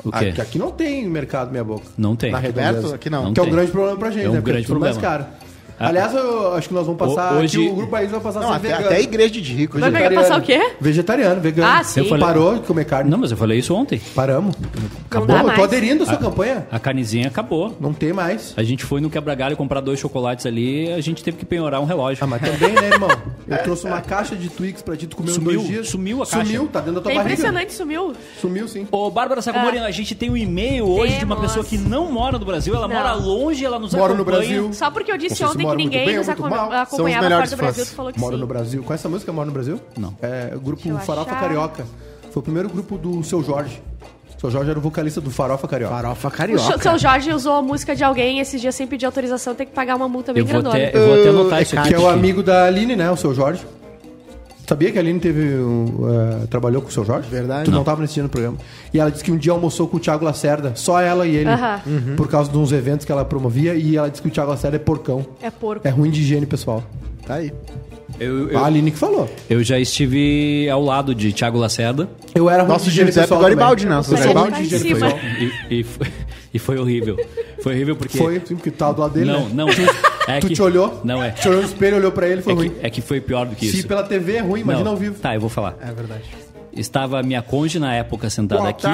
O quê?
Aqui, aqui não tem mercado minha boca.
Não tem.
Na
Roberto,
redondeza.
aqui não.
Não.
Que é um
tem.
grande problema pra gente,
É um
né? Porque
grande
é tudo mais
problema.
caro. Aliás, eu acho que nós vamos passar.
Hoje-
aqui o Grupo País vai passar
Não,
sem
até,
vegano.
até a igreja de rico.
Vai
gente.
pegar- passar o quê?
Vegetariano, vegano.
Ah, sim. Eu
falei-
Parou de comer carne.
Não, Ah. mas eu falei isso ontem.
Paramos.
Não
Bom,
dá
eu
mais.
tô aderindo à sua campanha.
A carnezinha acabou.
Não tem mais.
A gente foi no quebra-galho comprar dois chocolates ali, a gente teve que penhorar um relógio.
Ah, mas também, né, irmão? Eu trouxe uma caixa de Twix pra ti, tu comeu em
Sumiu,
dois dias.
sumiu a
Sumiu,
caixa.
tá dentro da tua
É
barriga.
impressionante, sumiu.
Sumiu, sim.
Ô, Bárbara Sacomori, a gente tem um e-mail hoje de uma
Ah. Temos.
pessoa que não mora no Brasil, ela
Não.
mora longe, ela nos
Moro no
acompanha.
Brasil.
Só porque eu disse
Vocês
ontem que
moram muito
ninguém
bem ou
nos
muito
acom-
mal? São os
acompanhava fora
melhores
do Brasil,
fãs.
tu falou que
Moro
sim.
no Brasil. Conhece a música Moro no Brasil?
Não.
É, o grupo
Deixa eu
Farofa
achar.
Carioca. Foi o primeiro grupo do Seu Jorge. Seu Jorge era o vocalista do Farofa Carioca.
Farofa
O Cho- seu
carioca.
Jorge usou a música de alguém esse dia sem pedir autorização, tem que pagar uma multa bem
Eu vou,
grandona.
até, eu vou até anotar
Ah,
isso aqui.
Que é o
porque-
amigo da Aline, né? O Seu Jorge. Sabia que a Aline teve um, eh, trabalhou com o Seu Jorge?
Verdade.
Tu não, tava nesse dia no programa. E ela disse que um dia almoçou com o Thiago Lacerda. Só ela e ele.
Aham.
Por causa de uns eventos que ela promovia. E ela disse que o Thiago Lacerda é porcão.
É porco.
É ruim de higiene, pessoal.
Tá aí.
eu,
A
eu,
Aline que falou.
eu já estive ao lado de Thiago Lacerda
Eu era ruim
Nosso
de higiene
Giuseppe
pessoal
Garibaldi,
também.
né?
Eu
Nosso
sou
Garibaldi.
ruim de higiene
Tá em cima.
pessoal.
e, e foi, e foi horrível. Foi horrível porque...
Foi, sim, porque tu tava do lado dele,
Não,
né?
não. É
tu
que-
te olhou,
Não, é.
te olhou no espelho, olhou pra ele e
É
foi ruim.
que, é que foi pior do que
Se
isso.
pela TV é ruim, imagina
Não,
ao vivo.
Tá, eu vou falar.
É verdade.
Estava minha conge na época sentada aqui.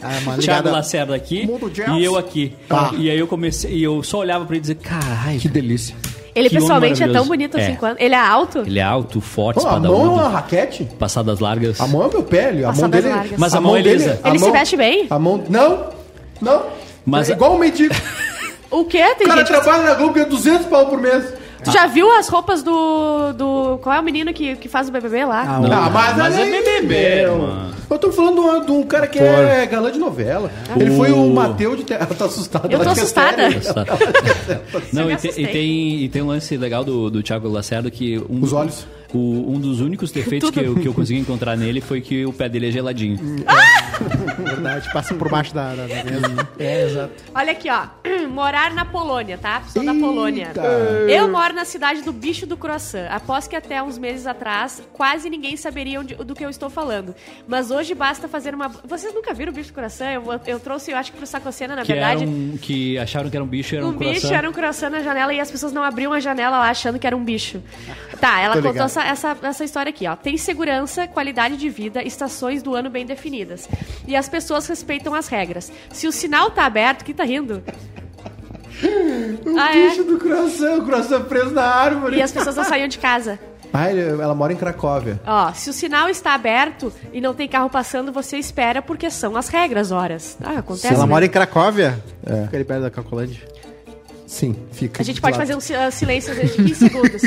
Ah, uma
Thiago
ligada.
Lacerda aqui
Mundo jazz.
e eu aqui.
Tá.
E aí eu comecei, e eu só olhava pra ele e dizer, caralho,
Que delícia.
Ele
Que homem
pessoalmente é tão
maravilhoso.
bonito
É.
assim quando. Ele é alto?
ele é alto, forte,
Pô, a mão é
espadaúdo,
uma raquete?
passadas largas.
A mão é meu pé, ele- a mão
Passadas
dele.
largas.
Mas a mão é
dele-
lisa.
a
Ele se
mão-
veste bem?
A mão. Não! Não!
Mas
é
a-
igual um mendigo.
O quê?
O
Tem
cara
gente.
trabalha na Globo e ganha 200 pau por mês.
Tu já viu as roupas do. do... Qual é o menino que, que faz o BBB lá?
Não,
ah, mas,
mas é
olha aí,
BBB,
meu.
mano. Ah.
Eu tô falando de um- de um cara que é galã de novela. Ele
O-
foi o Mateu de. Te... Ela tá assustada.
Eu
ela
tô
quer
assustada.
sério.
Tá. Não,
me
e tem,
assustei.
e, tem, e tem um lance legal do, do Thiago Lacerda que... Um,
Os olhos.
o- um dos únicos defeitos que
Tudo. Hum.
eu, que eu consegui encontrar nele foi que o pé dele é geladinho.
Verdade, passa por baixo da, da, da mesa.
É, exato.
Olha aqui, ó. Morar na Polônia, tá? Sou da
Eita.
Polônia. Eu moro na cidade do bicho do croissant. Após que até uns meses atrás, quase ninguém saberia onde- do que eu estou falando. Mas hoje basta fazer uma... Vocês nunca viram o bicho do croissant? Eu, eu trouxe, eu acho que pro Sacocena, na
Que,
verdade.
era um, que acharam que era um bicho, era
Um
um,
bicho
coração.
era um croissant na janela e as pessoas não abriam a janela lá achando que era um bicho. Tá, ela
Tô
contou
ligado.
essa, essa, essa história aqui, ó. Tem segurança, qualidade de vida, estações do ano bem definidas. E as pessoas respeitam as regras. Se o sinal tá aberto, quem tá rindo? é?
O
Ah, é?
bicho do coração, o coração preso na árvore.
E as pessoas não saíam de casa.
Ah, ele- ela mora em Cracóvia.
Ó, se o sinal está aberto e não tem carro passando, você espera porque são as regras, horas. Ah, acontece.
Se ela
né?
mora em Cracóvia,
É.
fica ali perto da Cracolândia.
Sim, fica.
A gente pode
lá.
fazer um si- ah, silêncio às vezes, de 15 segundos.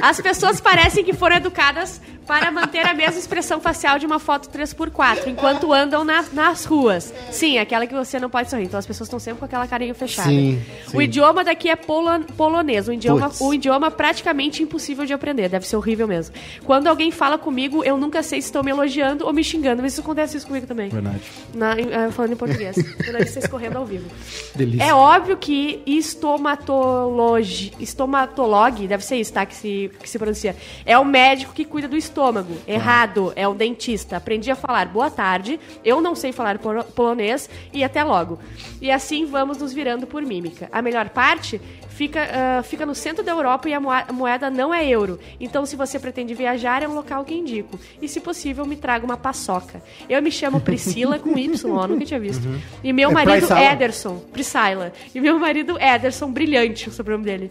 As pessoas parecem que foram educadas para manter a mesma expressão facial de uma foto 3x4 enquanto andam na- nas ruas. Sim, aquela que você não pode sorrir. Então as pessoas estão sempre com aquela carinha fechada.
Sim,
O idioma daqui é polo- polonês, um idioma,
Puts.
um idioma praticamente impossível de aprender. Deve ser horrível mesmo. Quando alguém fala comigo, eu nunca sei se estão me elogiando ou me xingando. Mas isso acontece isso comigo também.
Verdade.
Na- em- ah, falando em português. Quando a gente está escorrendo ao vivo.
Delícia.
É óbvio que estomatologi, estomatologue, deve ser isso, tá? Que se, que se pronuncia. É o médico que cuida do estômago. Errado, é o dentista. Aprendi a falar boa tarde, eu não sei falar polo- polonês e até logo. E assim vamos nos virando por mímica. A melhor parte fica, ah, fica no centro da Europa e a moa- a moeda não é euro. Então, se você pretende viajar, é um local que indico. E se possível, me traga uma paçoca. Eu me chamo Priscila com Y, ó, nunca tinha visto. E meu
É
marido
Priscila.
é Ederson, Priscila. E meu marido Ederson, brilhante o sobrenome dele.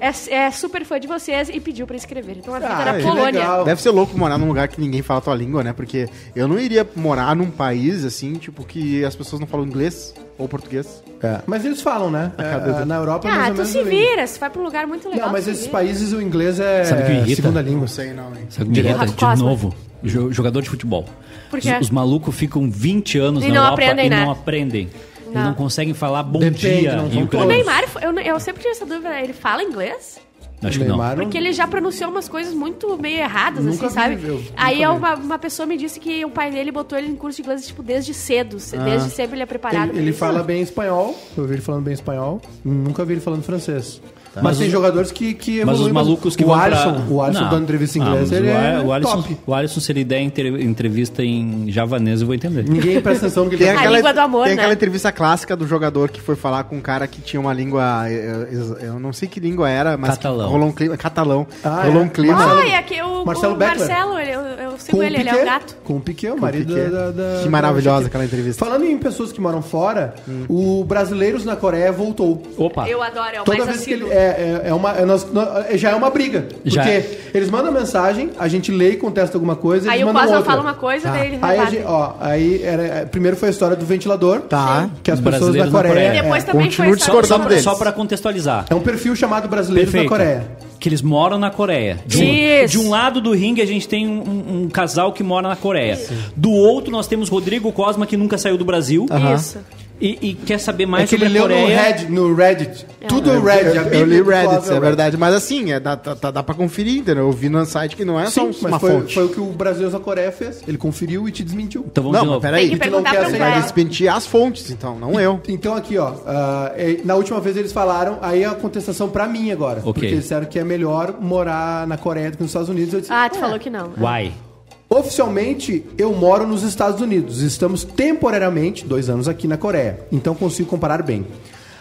É, é super fã de vocês e pediu pra escrever. Então a vida
Ah,
na
que
Polônia.
legal.
Deve ser louco morar num lugar que ninguém fala a tua língua, né? Porque eu não iria morar num país, assim, tipo, que as pessoas não falam inglês ou português.
É, Mas eles falam, né? É, na Europa, mais
Ah,
ou
tu
menos.
se
o inglês.
vira, se vai pra um lugar muito legal.
Não, mas
tu se
esses
vira.
países o inglês é
Sabe o que irrita?
segunda língua.
sei não, hein?
Sabe o que me irrita?
um Direto.
De
Cosma.
novo, jo- jogador de futebol.
Por
Os,
quê?
os malucos ficam 20 anos
E
na
não
Europa
aprendem
e não
nada.
aprendem. Eles
Não.
não conseguem falar bom
Depende,
dia.
não
em
são
O
ucraniano.
Neymar, eu, eu sempre tive essa dúvida, né? ele fala inglês?
Acho que não.
Neymar,
Porque ele é já pronunciou umas coisas muito meio erradas,
Nunca
assim,
vi,
sabe?
eu-
Aí
nunca vi.
uma, uma pessoa me disse que o pai dele botou ele em curso de inglês, tipo, desde cedo. se- Desde sempre ele é preparado.
Ah. Ele,
pra
ele
isso.
fala bem espanhol, eu vi ele falando bem espanhol, nunca vi ele falando francês. Mas, tem jogadores que, que
Tá. Mas os
evoluem,
malucos que
o
vão
Alisson,
pra...
O Alisson
Não.
dando entrevista em
Ah,
inglês,
mas
ele
o, Ar-
é
o Alisson,
top.
o Alisson, se ele der inter- entrevista em javanês, eu vou entender.
Ninguém presta atenção no que ele
Tem
tá
é aquela,
língua do amor,
tem
né?
aquela entrevista clássica do jogador que foi falar com um cara que tinha uma língua. eh, eh, Eu não sei que língua era, mas.
Catalão.
que Rolou um clima. Catalão.
Ah,
rolou
é?
um clima.
Marcelo-
Ah, e aqui
Marcelo
o Marcelo, o
Beckler.
Marcelo ele- eu, eu sigo
Com o
ele, ele é o
Piquet.
gato.
Com o Piquet, o marido
Piquet.
da, da-
Que maravilhosa
da-
aquela entrevista. Hum.
Falando em pessoas que moram fora, o Brasileiros na Coreia voltou.
Opa.
Eu adoro, é o
Toda
mais
vez que
assíduo.
ele. É, é, é uma, é nós- nó- já é uma briga.
Já
Porque
é.
eles mandam mensagem, a gente lê e contesta alguma coisa.
Aí
eles
o
mandam
Cosma
outra. Tá.
fala uma coisa, daí ele
Aí, a
rebate.
gente- ó, aí era, é, primeiro foi a história do ventilador.
Tá.
Que as
Sim.
pessoas
Brasileiros
da
na
Coreia.
Coreia.
é-
Depois também
Continuo
foi
Só,
discordando
só,
deles.
é só pra contextualizar.
É um perfil chamado Brasileiros
Perfeito.
na Coreia.
Que eles moram na Coreia. De um,
Isso.
de um lado do ringue a gente tem um, um- um casal que mora na Coreia. Do outro nós temos Rodrigo Cosma, que nunca saiu do Brasil.
Isso.
E, e quer saber
É
mais
que
sobre
ele
a
leu no
Coreia.
Reddit. No Reddit.
É.
Tudo
Eu-
Reddit. a
eu,
Bíblia
eu li
do
Reddit,
Cosmo
é
Reddit.
verdade. Mas assim, é, dá, dá- dá- dá pra conferir, entendeu? Eu vi numa site que não é só
Sim,
um- uma
mas foi,
fonte.
foi o que o Brasileiros na Coreia fez. Ele conferiu e te desmentiu.
Então vamos
Não,
de
mas
novo.
peraí.
Tem que
tu não
perguntar
quer
pra um
ser
cara.
Mas desmentir as fontes, então, não eu.
Então aqui, ó, ah, eh, na última vez eles falaram, aí a contestação pra mim agora.
Ok.
Porque eles disseram que é melhor morar na Coreia do que nos Estados Unidos. Eu disse,
Ah, tu
"É,
falou que não.
Why?
Tá.
Oficialmente, eu moro nos Estados Unidos. Estamos temporariamente, dois anos, aqui na Coreia. Então consigo comparar bem.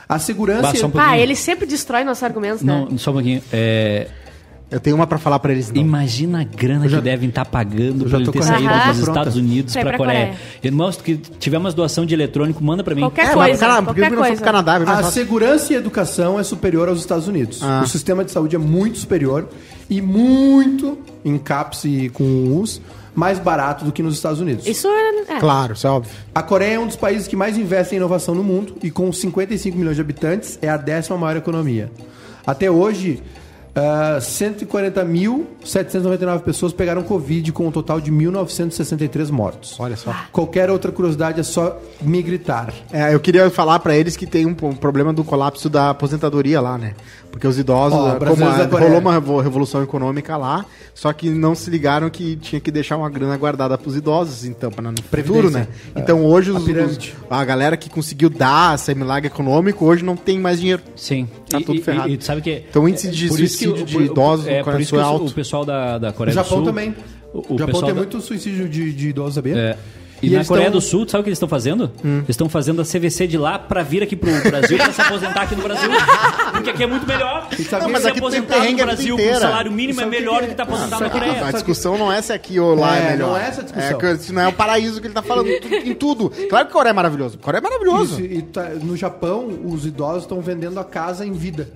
A segurança...
Bah, só um pouquinho.
Ah, ele sempre destrói nossos argumentos, né?
Não, só um pouquinho. É,
Eu tenho uma pra falar pra eles. Não.
imagina a grana que devem estar pagando
eu já
por ele
tô
ter
com a
saído
resposta
dos
pronta.
Estados Unidos
Foi
é pra,
pra
Coreia.
Coreia.
Irmãos, que tiver umas doação de eletrônico, manda pra mim.
Qualquer
É, mas,
coisa,
cara, por que
qualquer
não foi
coisa.
pro Canadá? É bem mais
A
fácil.
segurança e educação é superior aos Estados Unidos.
Ah.
O sistema de saúde é muito superior e muito, em caps e com us, mais barato do que nos Estados Unidos.
Isso é... é.
Claro, isso é óbvio.
A Coreia é um dos países que mais investe em inovação no mundo e com 55 milhões de habitantes é a décima maior economia. Até hoje, ah, 140.799 pessoas pegaram Covid com um total de 1.963 mortos.
Olha só.
Qualquer outra curiosidade é só me gritar.
É, eu queria falar pra eles que tem um, um problema do colapso da aposentadoria lá, né? Porque os idosos,
Ó,
eh, como
brasileiros
a-
da Coreia.
rolou uma revo- revolução econômica lá, só que não se ligaram que tinha que deixar uma grana guardada pros idosos, então, para no futuro, né? Então hoje os- os- a,
pirâmide.
galera que conseguiu dar esse milagre econômico hoje não tem mais dinheiro.
Sim.
Tá
E-
tudo
e-
ferrado.
E, e tu sabe que...
Então o índice de
é por isso que
suicídio
o-
de
o-
idosos no
é, por
Coreia
isso
do
que
Sul é
o,
alto.
o pessoal da, da
O
Coreia
Japão
do Sul...
também.
O,
O, Japão tem
da-
muito suicídio de, de idosos, sabia?
É. E,
E
na
eles
Coreia
tão-
do
Hum.
Sul, sabe o que eles estão fazendo? Eles estão fazendo a CVC de lá pra vir aqui pro Brasil pra se aposentar aqui no Brasil. Porque aqui é muito melhor.
sabe
Não,
que-
mas
Ser
aqui aposentado
perrengue
no
a vida
Brasil com
inteira.
salário mínimo é
Sabe o que
melhor do
que é?
que tá
Não,
aposentado na
sabe o que que
Coreia.
é?
A discussão não é se aqui ou lá é,
É,
melhor.
não é essa a discussão.
É que isso não é o paraíso que ele tá falando em tudo. Claro que o Coreia é maravilhoso. O Coreia é maravilhoso.
Isso, e tá- no Japão, os idosos estão vendendo a casa em vida.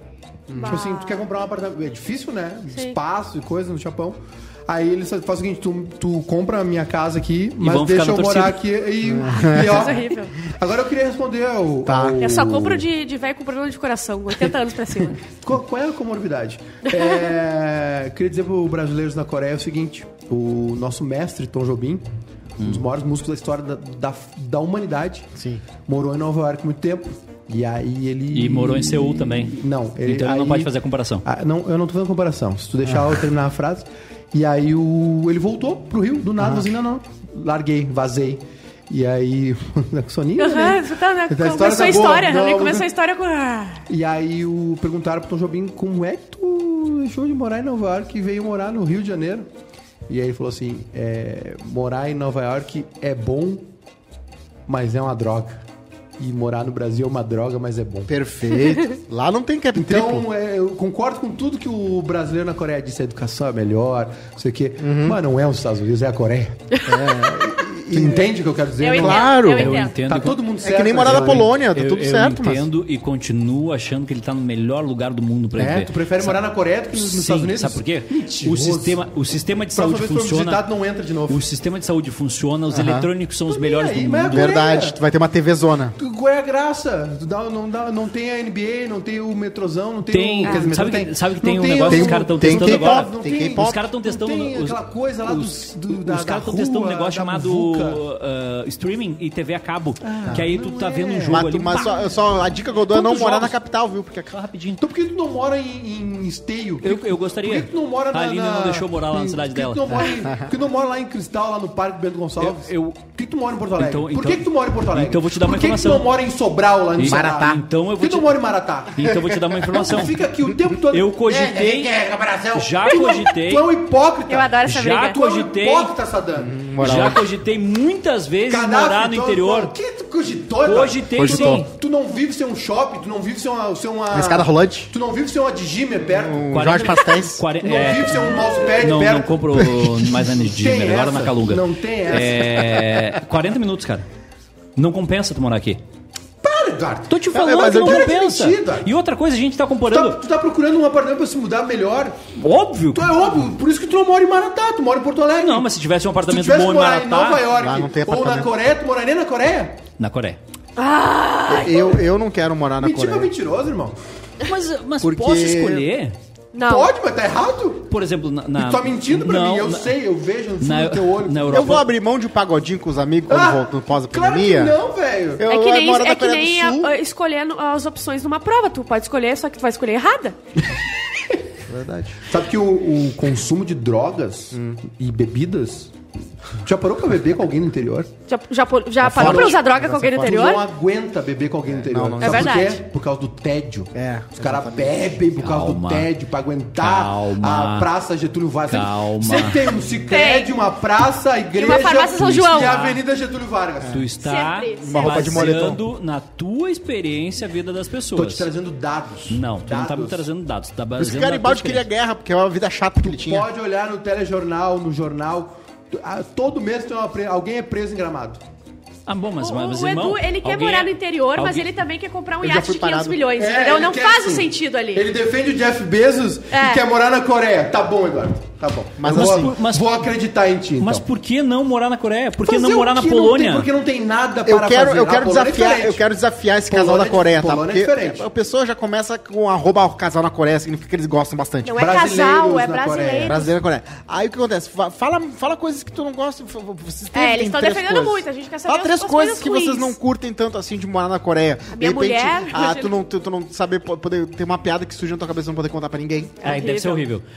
Tipo assim, tu quer comprar um apartamento. É difícil, né? Espaço e coisa no Japão. Aí eles fazem o seguinte: tu, tu compra a minha casa aqui, mas
vão ficar
deixa eu
na
morar aqui
torcida.
e. e ó,
Isso é horrível.
agora eu queria responder ao.
Tá.
ao-
Eu só compro de, de velho com problema de coração, 80 anos pra cima.
Qual, qual é a comorbidade? É, queria dizer para os brasileiros na Coreia o seguinte: o nosso mestre Tom Jobim, um
Hum.
dos maiores músicos da história da, da, da humanidade,
Sim.
morou em Nova York muito tempo. E aí ele.
E morou em Seul também.
Não,
então ele não
aí-
pode fazer a comparação. Ah.
Ah, não, eu não tô fazendo comparação. Se tu deixar eu terminar a frase. E aí o, ele voltou pro Rio, do
Ah.
nada, assim, não, não. Larguei, vazei. E aí. Soninho? né?
Aham, tá, né?
Essa
Começou a
acabou.
história,
Não,
né?
não-
Começou a história com. Ah,
E aí o, perguntaram pro Tom Jobim como é que tu deixou de morar em Nova York e veio morar no Rio de Janeiro. E aí ele falou assim: é, morar em Nova York é bom, mas é uma droga. E morar no Brasil é uma droga, mas é bom.
Perfeito. Lá não tem cap triplo.
Então, é, eu concordo com tudo que o brasileiro na Coreia disse. A educação é melhor, não sei o quê. Mas não é os Estados Unidos, é a Coreia. É, e- e- entende o que eu quero dizer?
Eu
né?
entendo.
Claro.
eu
Eu
entendo.
entendo.
Tá
e-
todo mundo
É
certo.
que nem morar na
né?
Polônia, tá
eu,
tudo
eu
certo, mas.
entendo e continuo achando que ele tá no melhor lugar do mundo pra ele
É,
ver.
tu prefere morar na Coreia do que nos
Sim,
nos Estados Unidos?
Sabe por quê? O
Mentiroso.
sistema, o sistema de
Próxima
saúde
vez que for
funciona.
visitado, não entra de novo.
O sistema de saúde funciona, os eletrônicos são os melhores
aí,
do
mas
mundo.
agora-
Verdade, tu vai ter uma TV zona.
Qual é a graça? Tu dá- não, dá- não tem a NBA, não tem o metrozão, não tem,
Tem,
o... quer dizer, metrô
sabe, que, sabe que tem
Não
um negócio que
o-
os caras estão
tem
testando
K-pop,
agora?
não
tem
tem-
K-pop.
Os caras estão testando.
tem
os-
aquela coisa lá
os,
dos- do- da-
Os
da
caras estão testando um
rua,
negócio
da
chamado
muvuca.
ah, streaming e TV a cabo. que aí tu
não
tá
é.
vendo um jogo
Mas,
ali.
mas
pá,
só, só a dica que eu dou é não
Quantos
morar na
jogos?
capital, viu? Porque
Só rapidinho.
Então por que tu não mora em, em Esteio?
Eu,
Por que-
eu gostaria.
Por que tu não mora
a
na...
Aline
na-
não deixou eu morar lá na
em-
cidade
por que
dela.
tu não mora em- Por que tu não mora lá em Cristal, lá no Parque Bento Gonçalves?
Eu- eu-
Por que tu mora em Porto Alegre?
Então-
por que,
então-
que tu mora em Porto Alegre?
então eu vou te dar uma
por que
informação.
Por que tu não mora em Sobral, lá no
E-
Ceará?
Maratá. Então eu vou
Por que tu
te-
não mora em Maratá?
Então eu vou te dar uma informação.
Tu fica é. aqui o tempo todo...
Eu
é
cogitei. Já cogitei.
Tu é um hipócrita.
Eu adoro
Já
essa briga.
Tu é um
cogitei.
hipócrita, Sadam.
Já cogitei muitas vezes
Gaddafi,
morar no
então,
interior.
O que tu cogitou, Eduardo?
Cogitei,
tu,
sim.
tu não vive sem um shopping, tu não vive sem uma. Sem uma,
Uma escada rolante?
Tu não vive sem uma Digime perto.
um
Quarenta-
Jorge Pastéis.
Quare-
Tu não
é,
vive sem um mousepad
Não,
perto.
não compro mais na
Tem
Nidimer, agora
essa.
na Calunga.
Não tem essa.
É, 40 minutos, cara. Não compensa tu morar aqui.
Para, Eduardo.
Tô te
é,
falando
mas
que
eu
não
quero
compensa.
admitir, Eduardo.
E outra coisa, a gente tá
Tu tá,
comparando.
tu tá procurando um apartamento pra se mudar melhor.
Óbvio.
Tu é óbvio, por isso que tu não mora em Maratá, tu mora em Porto Alegre.
Não, mas se tivesse um
se tu
apartamento
tivesse
bom
que
em
morar em
Maratá...
Nova
Lá não tem
York ou na
apartamento.
Coreia, tu moraria na Coreia?
Na Coreia.
Eu, eu não quero morar na
Mentira,
Coreia.
mentiroso, irmão.
Mas, mas
Porque-
posso escolher?
Não.
Pode, mas tá errado.
Por exemplo, na... na-
Tu tá mentindo pra
Ah, não,
mim, eu
na-
sei, eu vejo no fundo
Na,
do teu olho.
na Europa...
Eu vou abrir mão de um pagodinho com os amigos quando
Ah,
volto pós a
claro que
pandemia.
não, velho.
Eu,
É que
eu
nem,
moro na
é que
Coreia do
nem a-
Sul.
a- escolhendo as opções numa prova. Tu pode escolher, só que tu vai escolher errada.
Sabe que o, o consumo de drogas e bebidas. Já parou pra beber com alguém no interior?
Já, já, po- já parou
foda.
pra usar droga com alguém no
Tu não
interior?
aguenta beber com alguém no interior.
não, não.
Sabe
É
por
verdade.
quê? Por causa do tédio.
É,
Os caras bebem por causa
Calma.
do tédio, pra aguentar
Calma.
a Praça Getúlio Vargas. Sempre-
Calma.
Sempre tem um Cicred,
Tem.
uma praça, a igreja
uma farmácia São João.
e a Avenida Getúlio Vargas.
É. Tu está
Sempre, sempre.
Uma roupa de
baseando na tua experiência a vida das
Tô te
pessoas.
trazendo dados.
Não, tu não tá me
Dados.
trazendo dados. Tu tá
Por isso que
baseando na tua
Garibaldi queria
experiência.
guerra, porque é uma vida chata que ele tinha.
Pode olhar no telejornal, no jornal. Tu- ah, Todo mês tem uma pre- alguém é preso em gramado.
Ah, bom, mas,
O,
mas, mas
o
irmão,
Edu, ele quer
alguém- é-
morar no interior, mas
alguém-
ele também quer comprar um
Eu já
iate
fui
de 500
parado.
milhões,
É,
entendeu?
ele
Não
quer
faz
assim.
o sentido ali.
Ele defende o Jeff Bezos
É.
e quer morar na Coreia. Tá bom, Eduardo. Tá bom.
Mas
Eu vou,
assim-
mas-
vou acreditar em ti.
Mas
então.
por que não morar na Coreia? Por que
Fazer
não
o
morar na
que não tem-
Polônia?
porque não tem nada para
Eu quero,
fazer.
eu
A
quero
Polônia é
desafiar,
diferente.
eu quero desafiar esse
Polônia
casal da
é-
Coreia, tá?
Polônia é
Porque
diferente.
a pessoa já começa com a roubar o casal na Coreia, significa que eles gostam bastante.
Não é casal,
Brasileiros
é
na Coreia.
brasileiro.
Brasileiro na Coreia. Aí o que acontece? Fa- Fala, fala coisas que tu não gosta. f- f-
É,
Vocês tem
eles tão
três
defendendo muito, a gente quer saber
Fala
as-
três
as coisas
coisas que
ruins.
vocês não curtem tanto assim de morar na Coreia.
minha mulher,
ah, tu não, tu, tu não saber po- poder ter uma piada que surge na tua cabeça e não poder contar pra ninguém.
Ah, deve ser
Horrível.
horrível.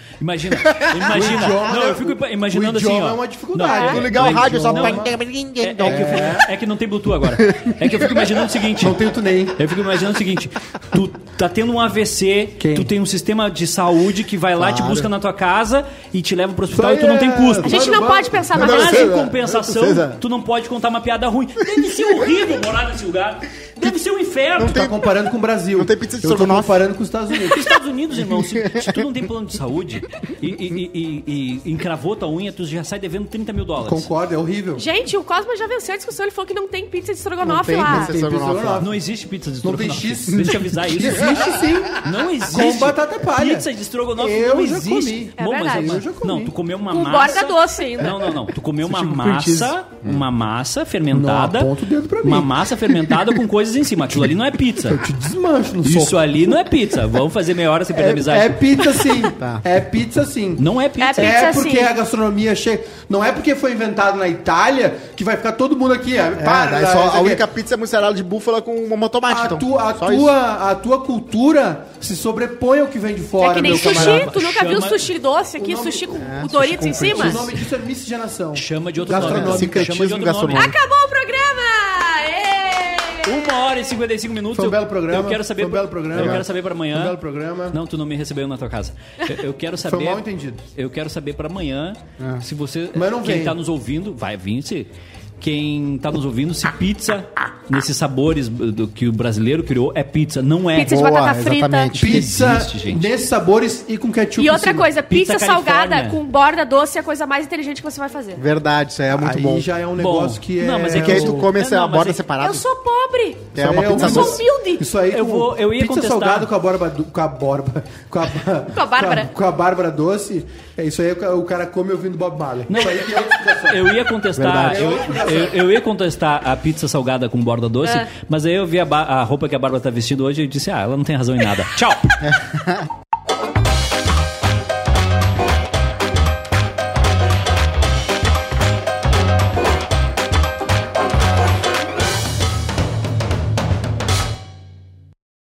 Imagina, imagina. não, eu fico ipa- imaginando
o
assim,
idioma
ó.
é uma dificuldade.
Não,
Tu
é-
ligar o
é-
rádio só
não,
pra
é-
ninguém.
então.
é, que eu fico- é que não tem Bluetooth agora. É que eu fico imaginando o seguinte.
Não tenho tu nem.
Eu fico imaginando o seguinte: tu tá tendo um AVC,
Quem?
tu tem um sistema de saúde que vai lá, te busca na tua casa e te leva pro hospital
Isso
e Então, tu não
aí
tem
é-
custo.
A gente
Mano,
não
mano.
pode pensar
assim,
na
Não,
Mas
razão.
sei
em
lá.
é-
compensação,
Sei lá.
tu não pode contar uma piada ruim. Deve ser horrível morar nesse lugar. Deve Deve ser um inferno.
Tu tá comparando com o Brasil.
Não tem pizza de
Eu tô
estrogonofe.
comparando com os Estados Unidos.
Estados Unidos, irmão, se, se tu não tem plano de saúde e, e- e- e- e encravou tua unha, tu já sai devendo 30 mil dólares.
Concordo, é horrível.
Gente, o Cosma já venceu a discussão, ele falou que não tem pizza de
Não
estrogonofe
tem
lá.
pizza de estrogonofe lá.
Não existe pizza de
Não tem
estrogonofe.
X.
Deixa eu avisar isso.
Existe sim.
Não existe.
Com batata palha.
Pizza de estrogonofe
Eu
não
já
existe.
comi.
É
Bom, mas
verdade.
uma-
Eu já comi.
Não, tu comeu uma
Com
massa.
borda doce ainda. É
Não, não, não. Tu comeu uma
tipo com cheese.
massa, uma massa fermentada.
Hum. Não, aponta o dedo pra mim.
Uma massa fermentada com coisas em cima. Aquilo ali não é pizza.
Te desmancho no
Isso
soco.
ali não é pizza. Vamos fazer meia hora sem perder amizade.
É, é pizza sim.
Tá.
É pizza sim.
Não é pizza.
É
É
Pizza
porque
sim.
a gastronomia chega. Não é porque foi inventado na Itália que vai ficar todo mundo aqui. É,
É,
para,
daí só,
isso
a
aqui.
única pizza é mussarela de búfala com uma tomate.
a,
então.
tua, a,
Só isso.
tua, a tua cultura se sobrepõe ao que vem de fora,
é que nem
meu
sushi,
camarada.
tu nunca viu
Chama- é
sushi doce aqui,
O nome-
sushi com o Doritos em cima?
O nome disso é miscigenação.
Chama de outro nome. Chama
Gastronômico.
de
Sincretismo
outro nome.
gastronômico.
Acabou o programa! Ê!
Uma hora e 55 minutos.
Foi um
eu-
belo programa,
Eu quero saber.
foi um belo programa.
Eu quero saber pra amanhã.
Foi um belo programa.
Não, tu não me recebeu na tua casa. Eu, eu quero saber.
um mal entendido.
Eu quero saber pra amanhã se você.
Ah. Mas não
quem
vem.
tá nos ouvindo. Vai vir se. Quem tá nos ouvindo, se pizza, nesses sabores do que o brasileiro criou, é pizza. Não é.
Pizza de batata frita.
exatamente.
Pizza
Existe, gente.
nesses sabores e com ketchup.
E
em
outra
cima.
coisa, pizza,
Pizza
salgada
Califórnia.
com borda doce é a coisa mais inteligente que você vai fazer.
Verdade, isso aí é muito
Aí
bom.
já é um negócio que é.
não, mas é
Que aí tu
Eu-
come
É,
essa
não, mas
borda
é-
separada.
Eu sou pobre!
que É uma
Isso aí
pizza
um-
doce.
humilde.
Isso aí,
Eu
com
vou- eu ia
pizza
contestar.
salgada com a borba do- com a borba, com a,
Com a Bárbara.
com a Bárbara doce. É isso aí, o ca- o cara come ouvindo Bob Marley.
Não,
isso aí que é outra explicação.
Eu ia contestar,
Verdade.
eu, eu- eu ia contestar a pizza salgada com borda doce,
É.
"Ah, mas aí eu vi a, ba- a roupa que a Bárbara tá vestindo hoje e eu disse: "Ah, ela não tem razão em nada". Tchau.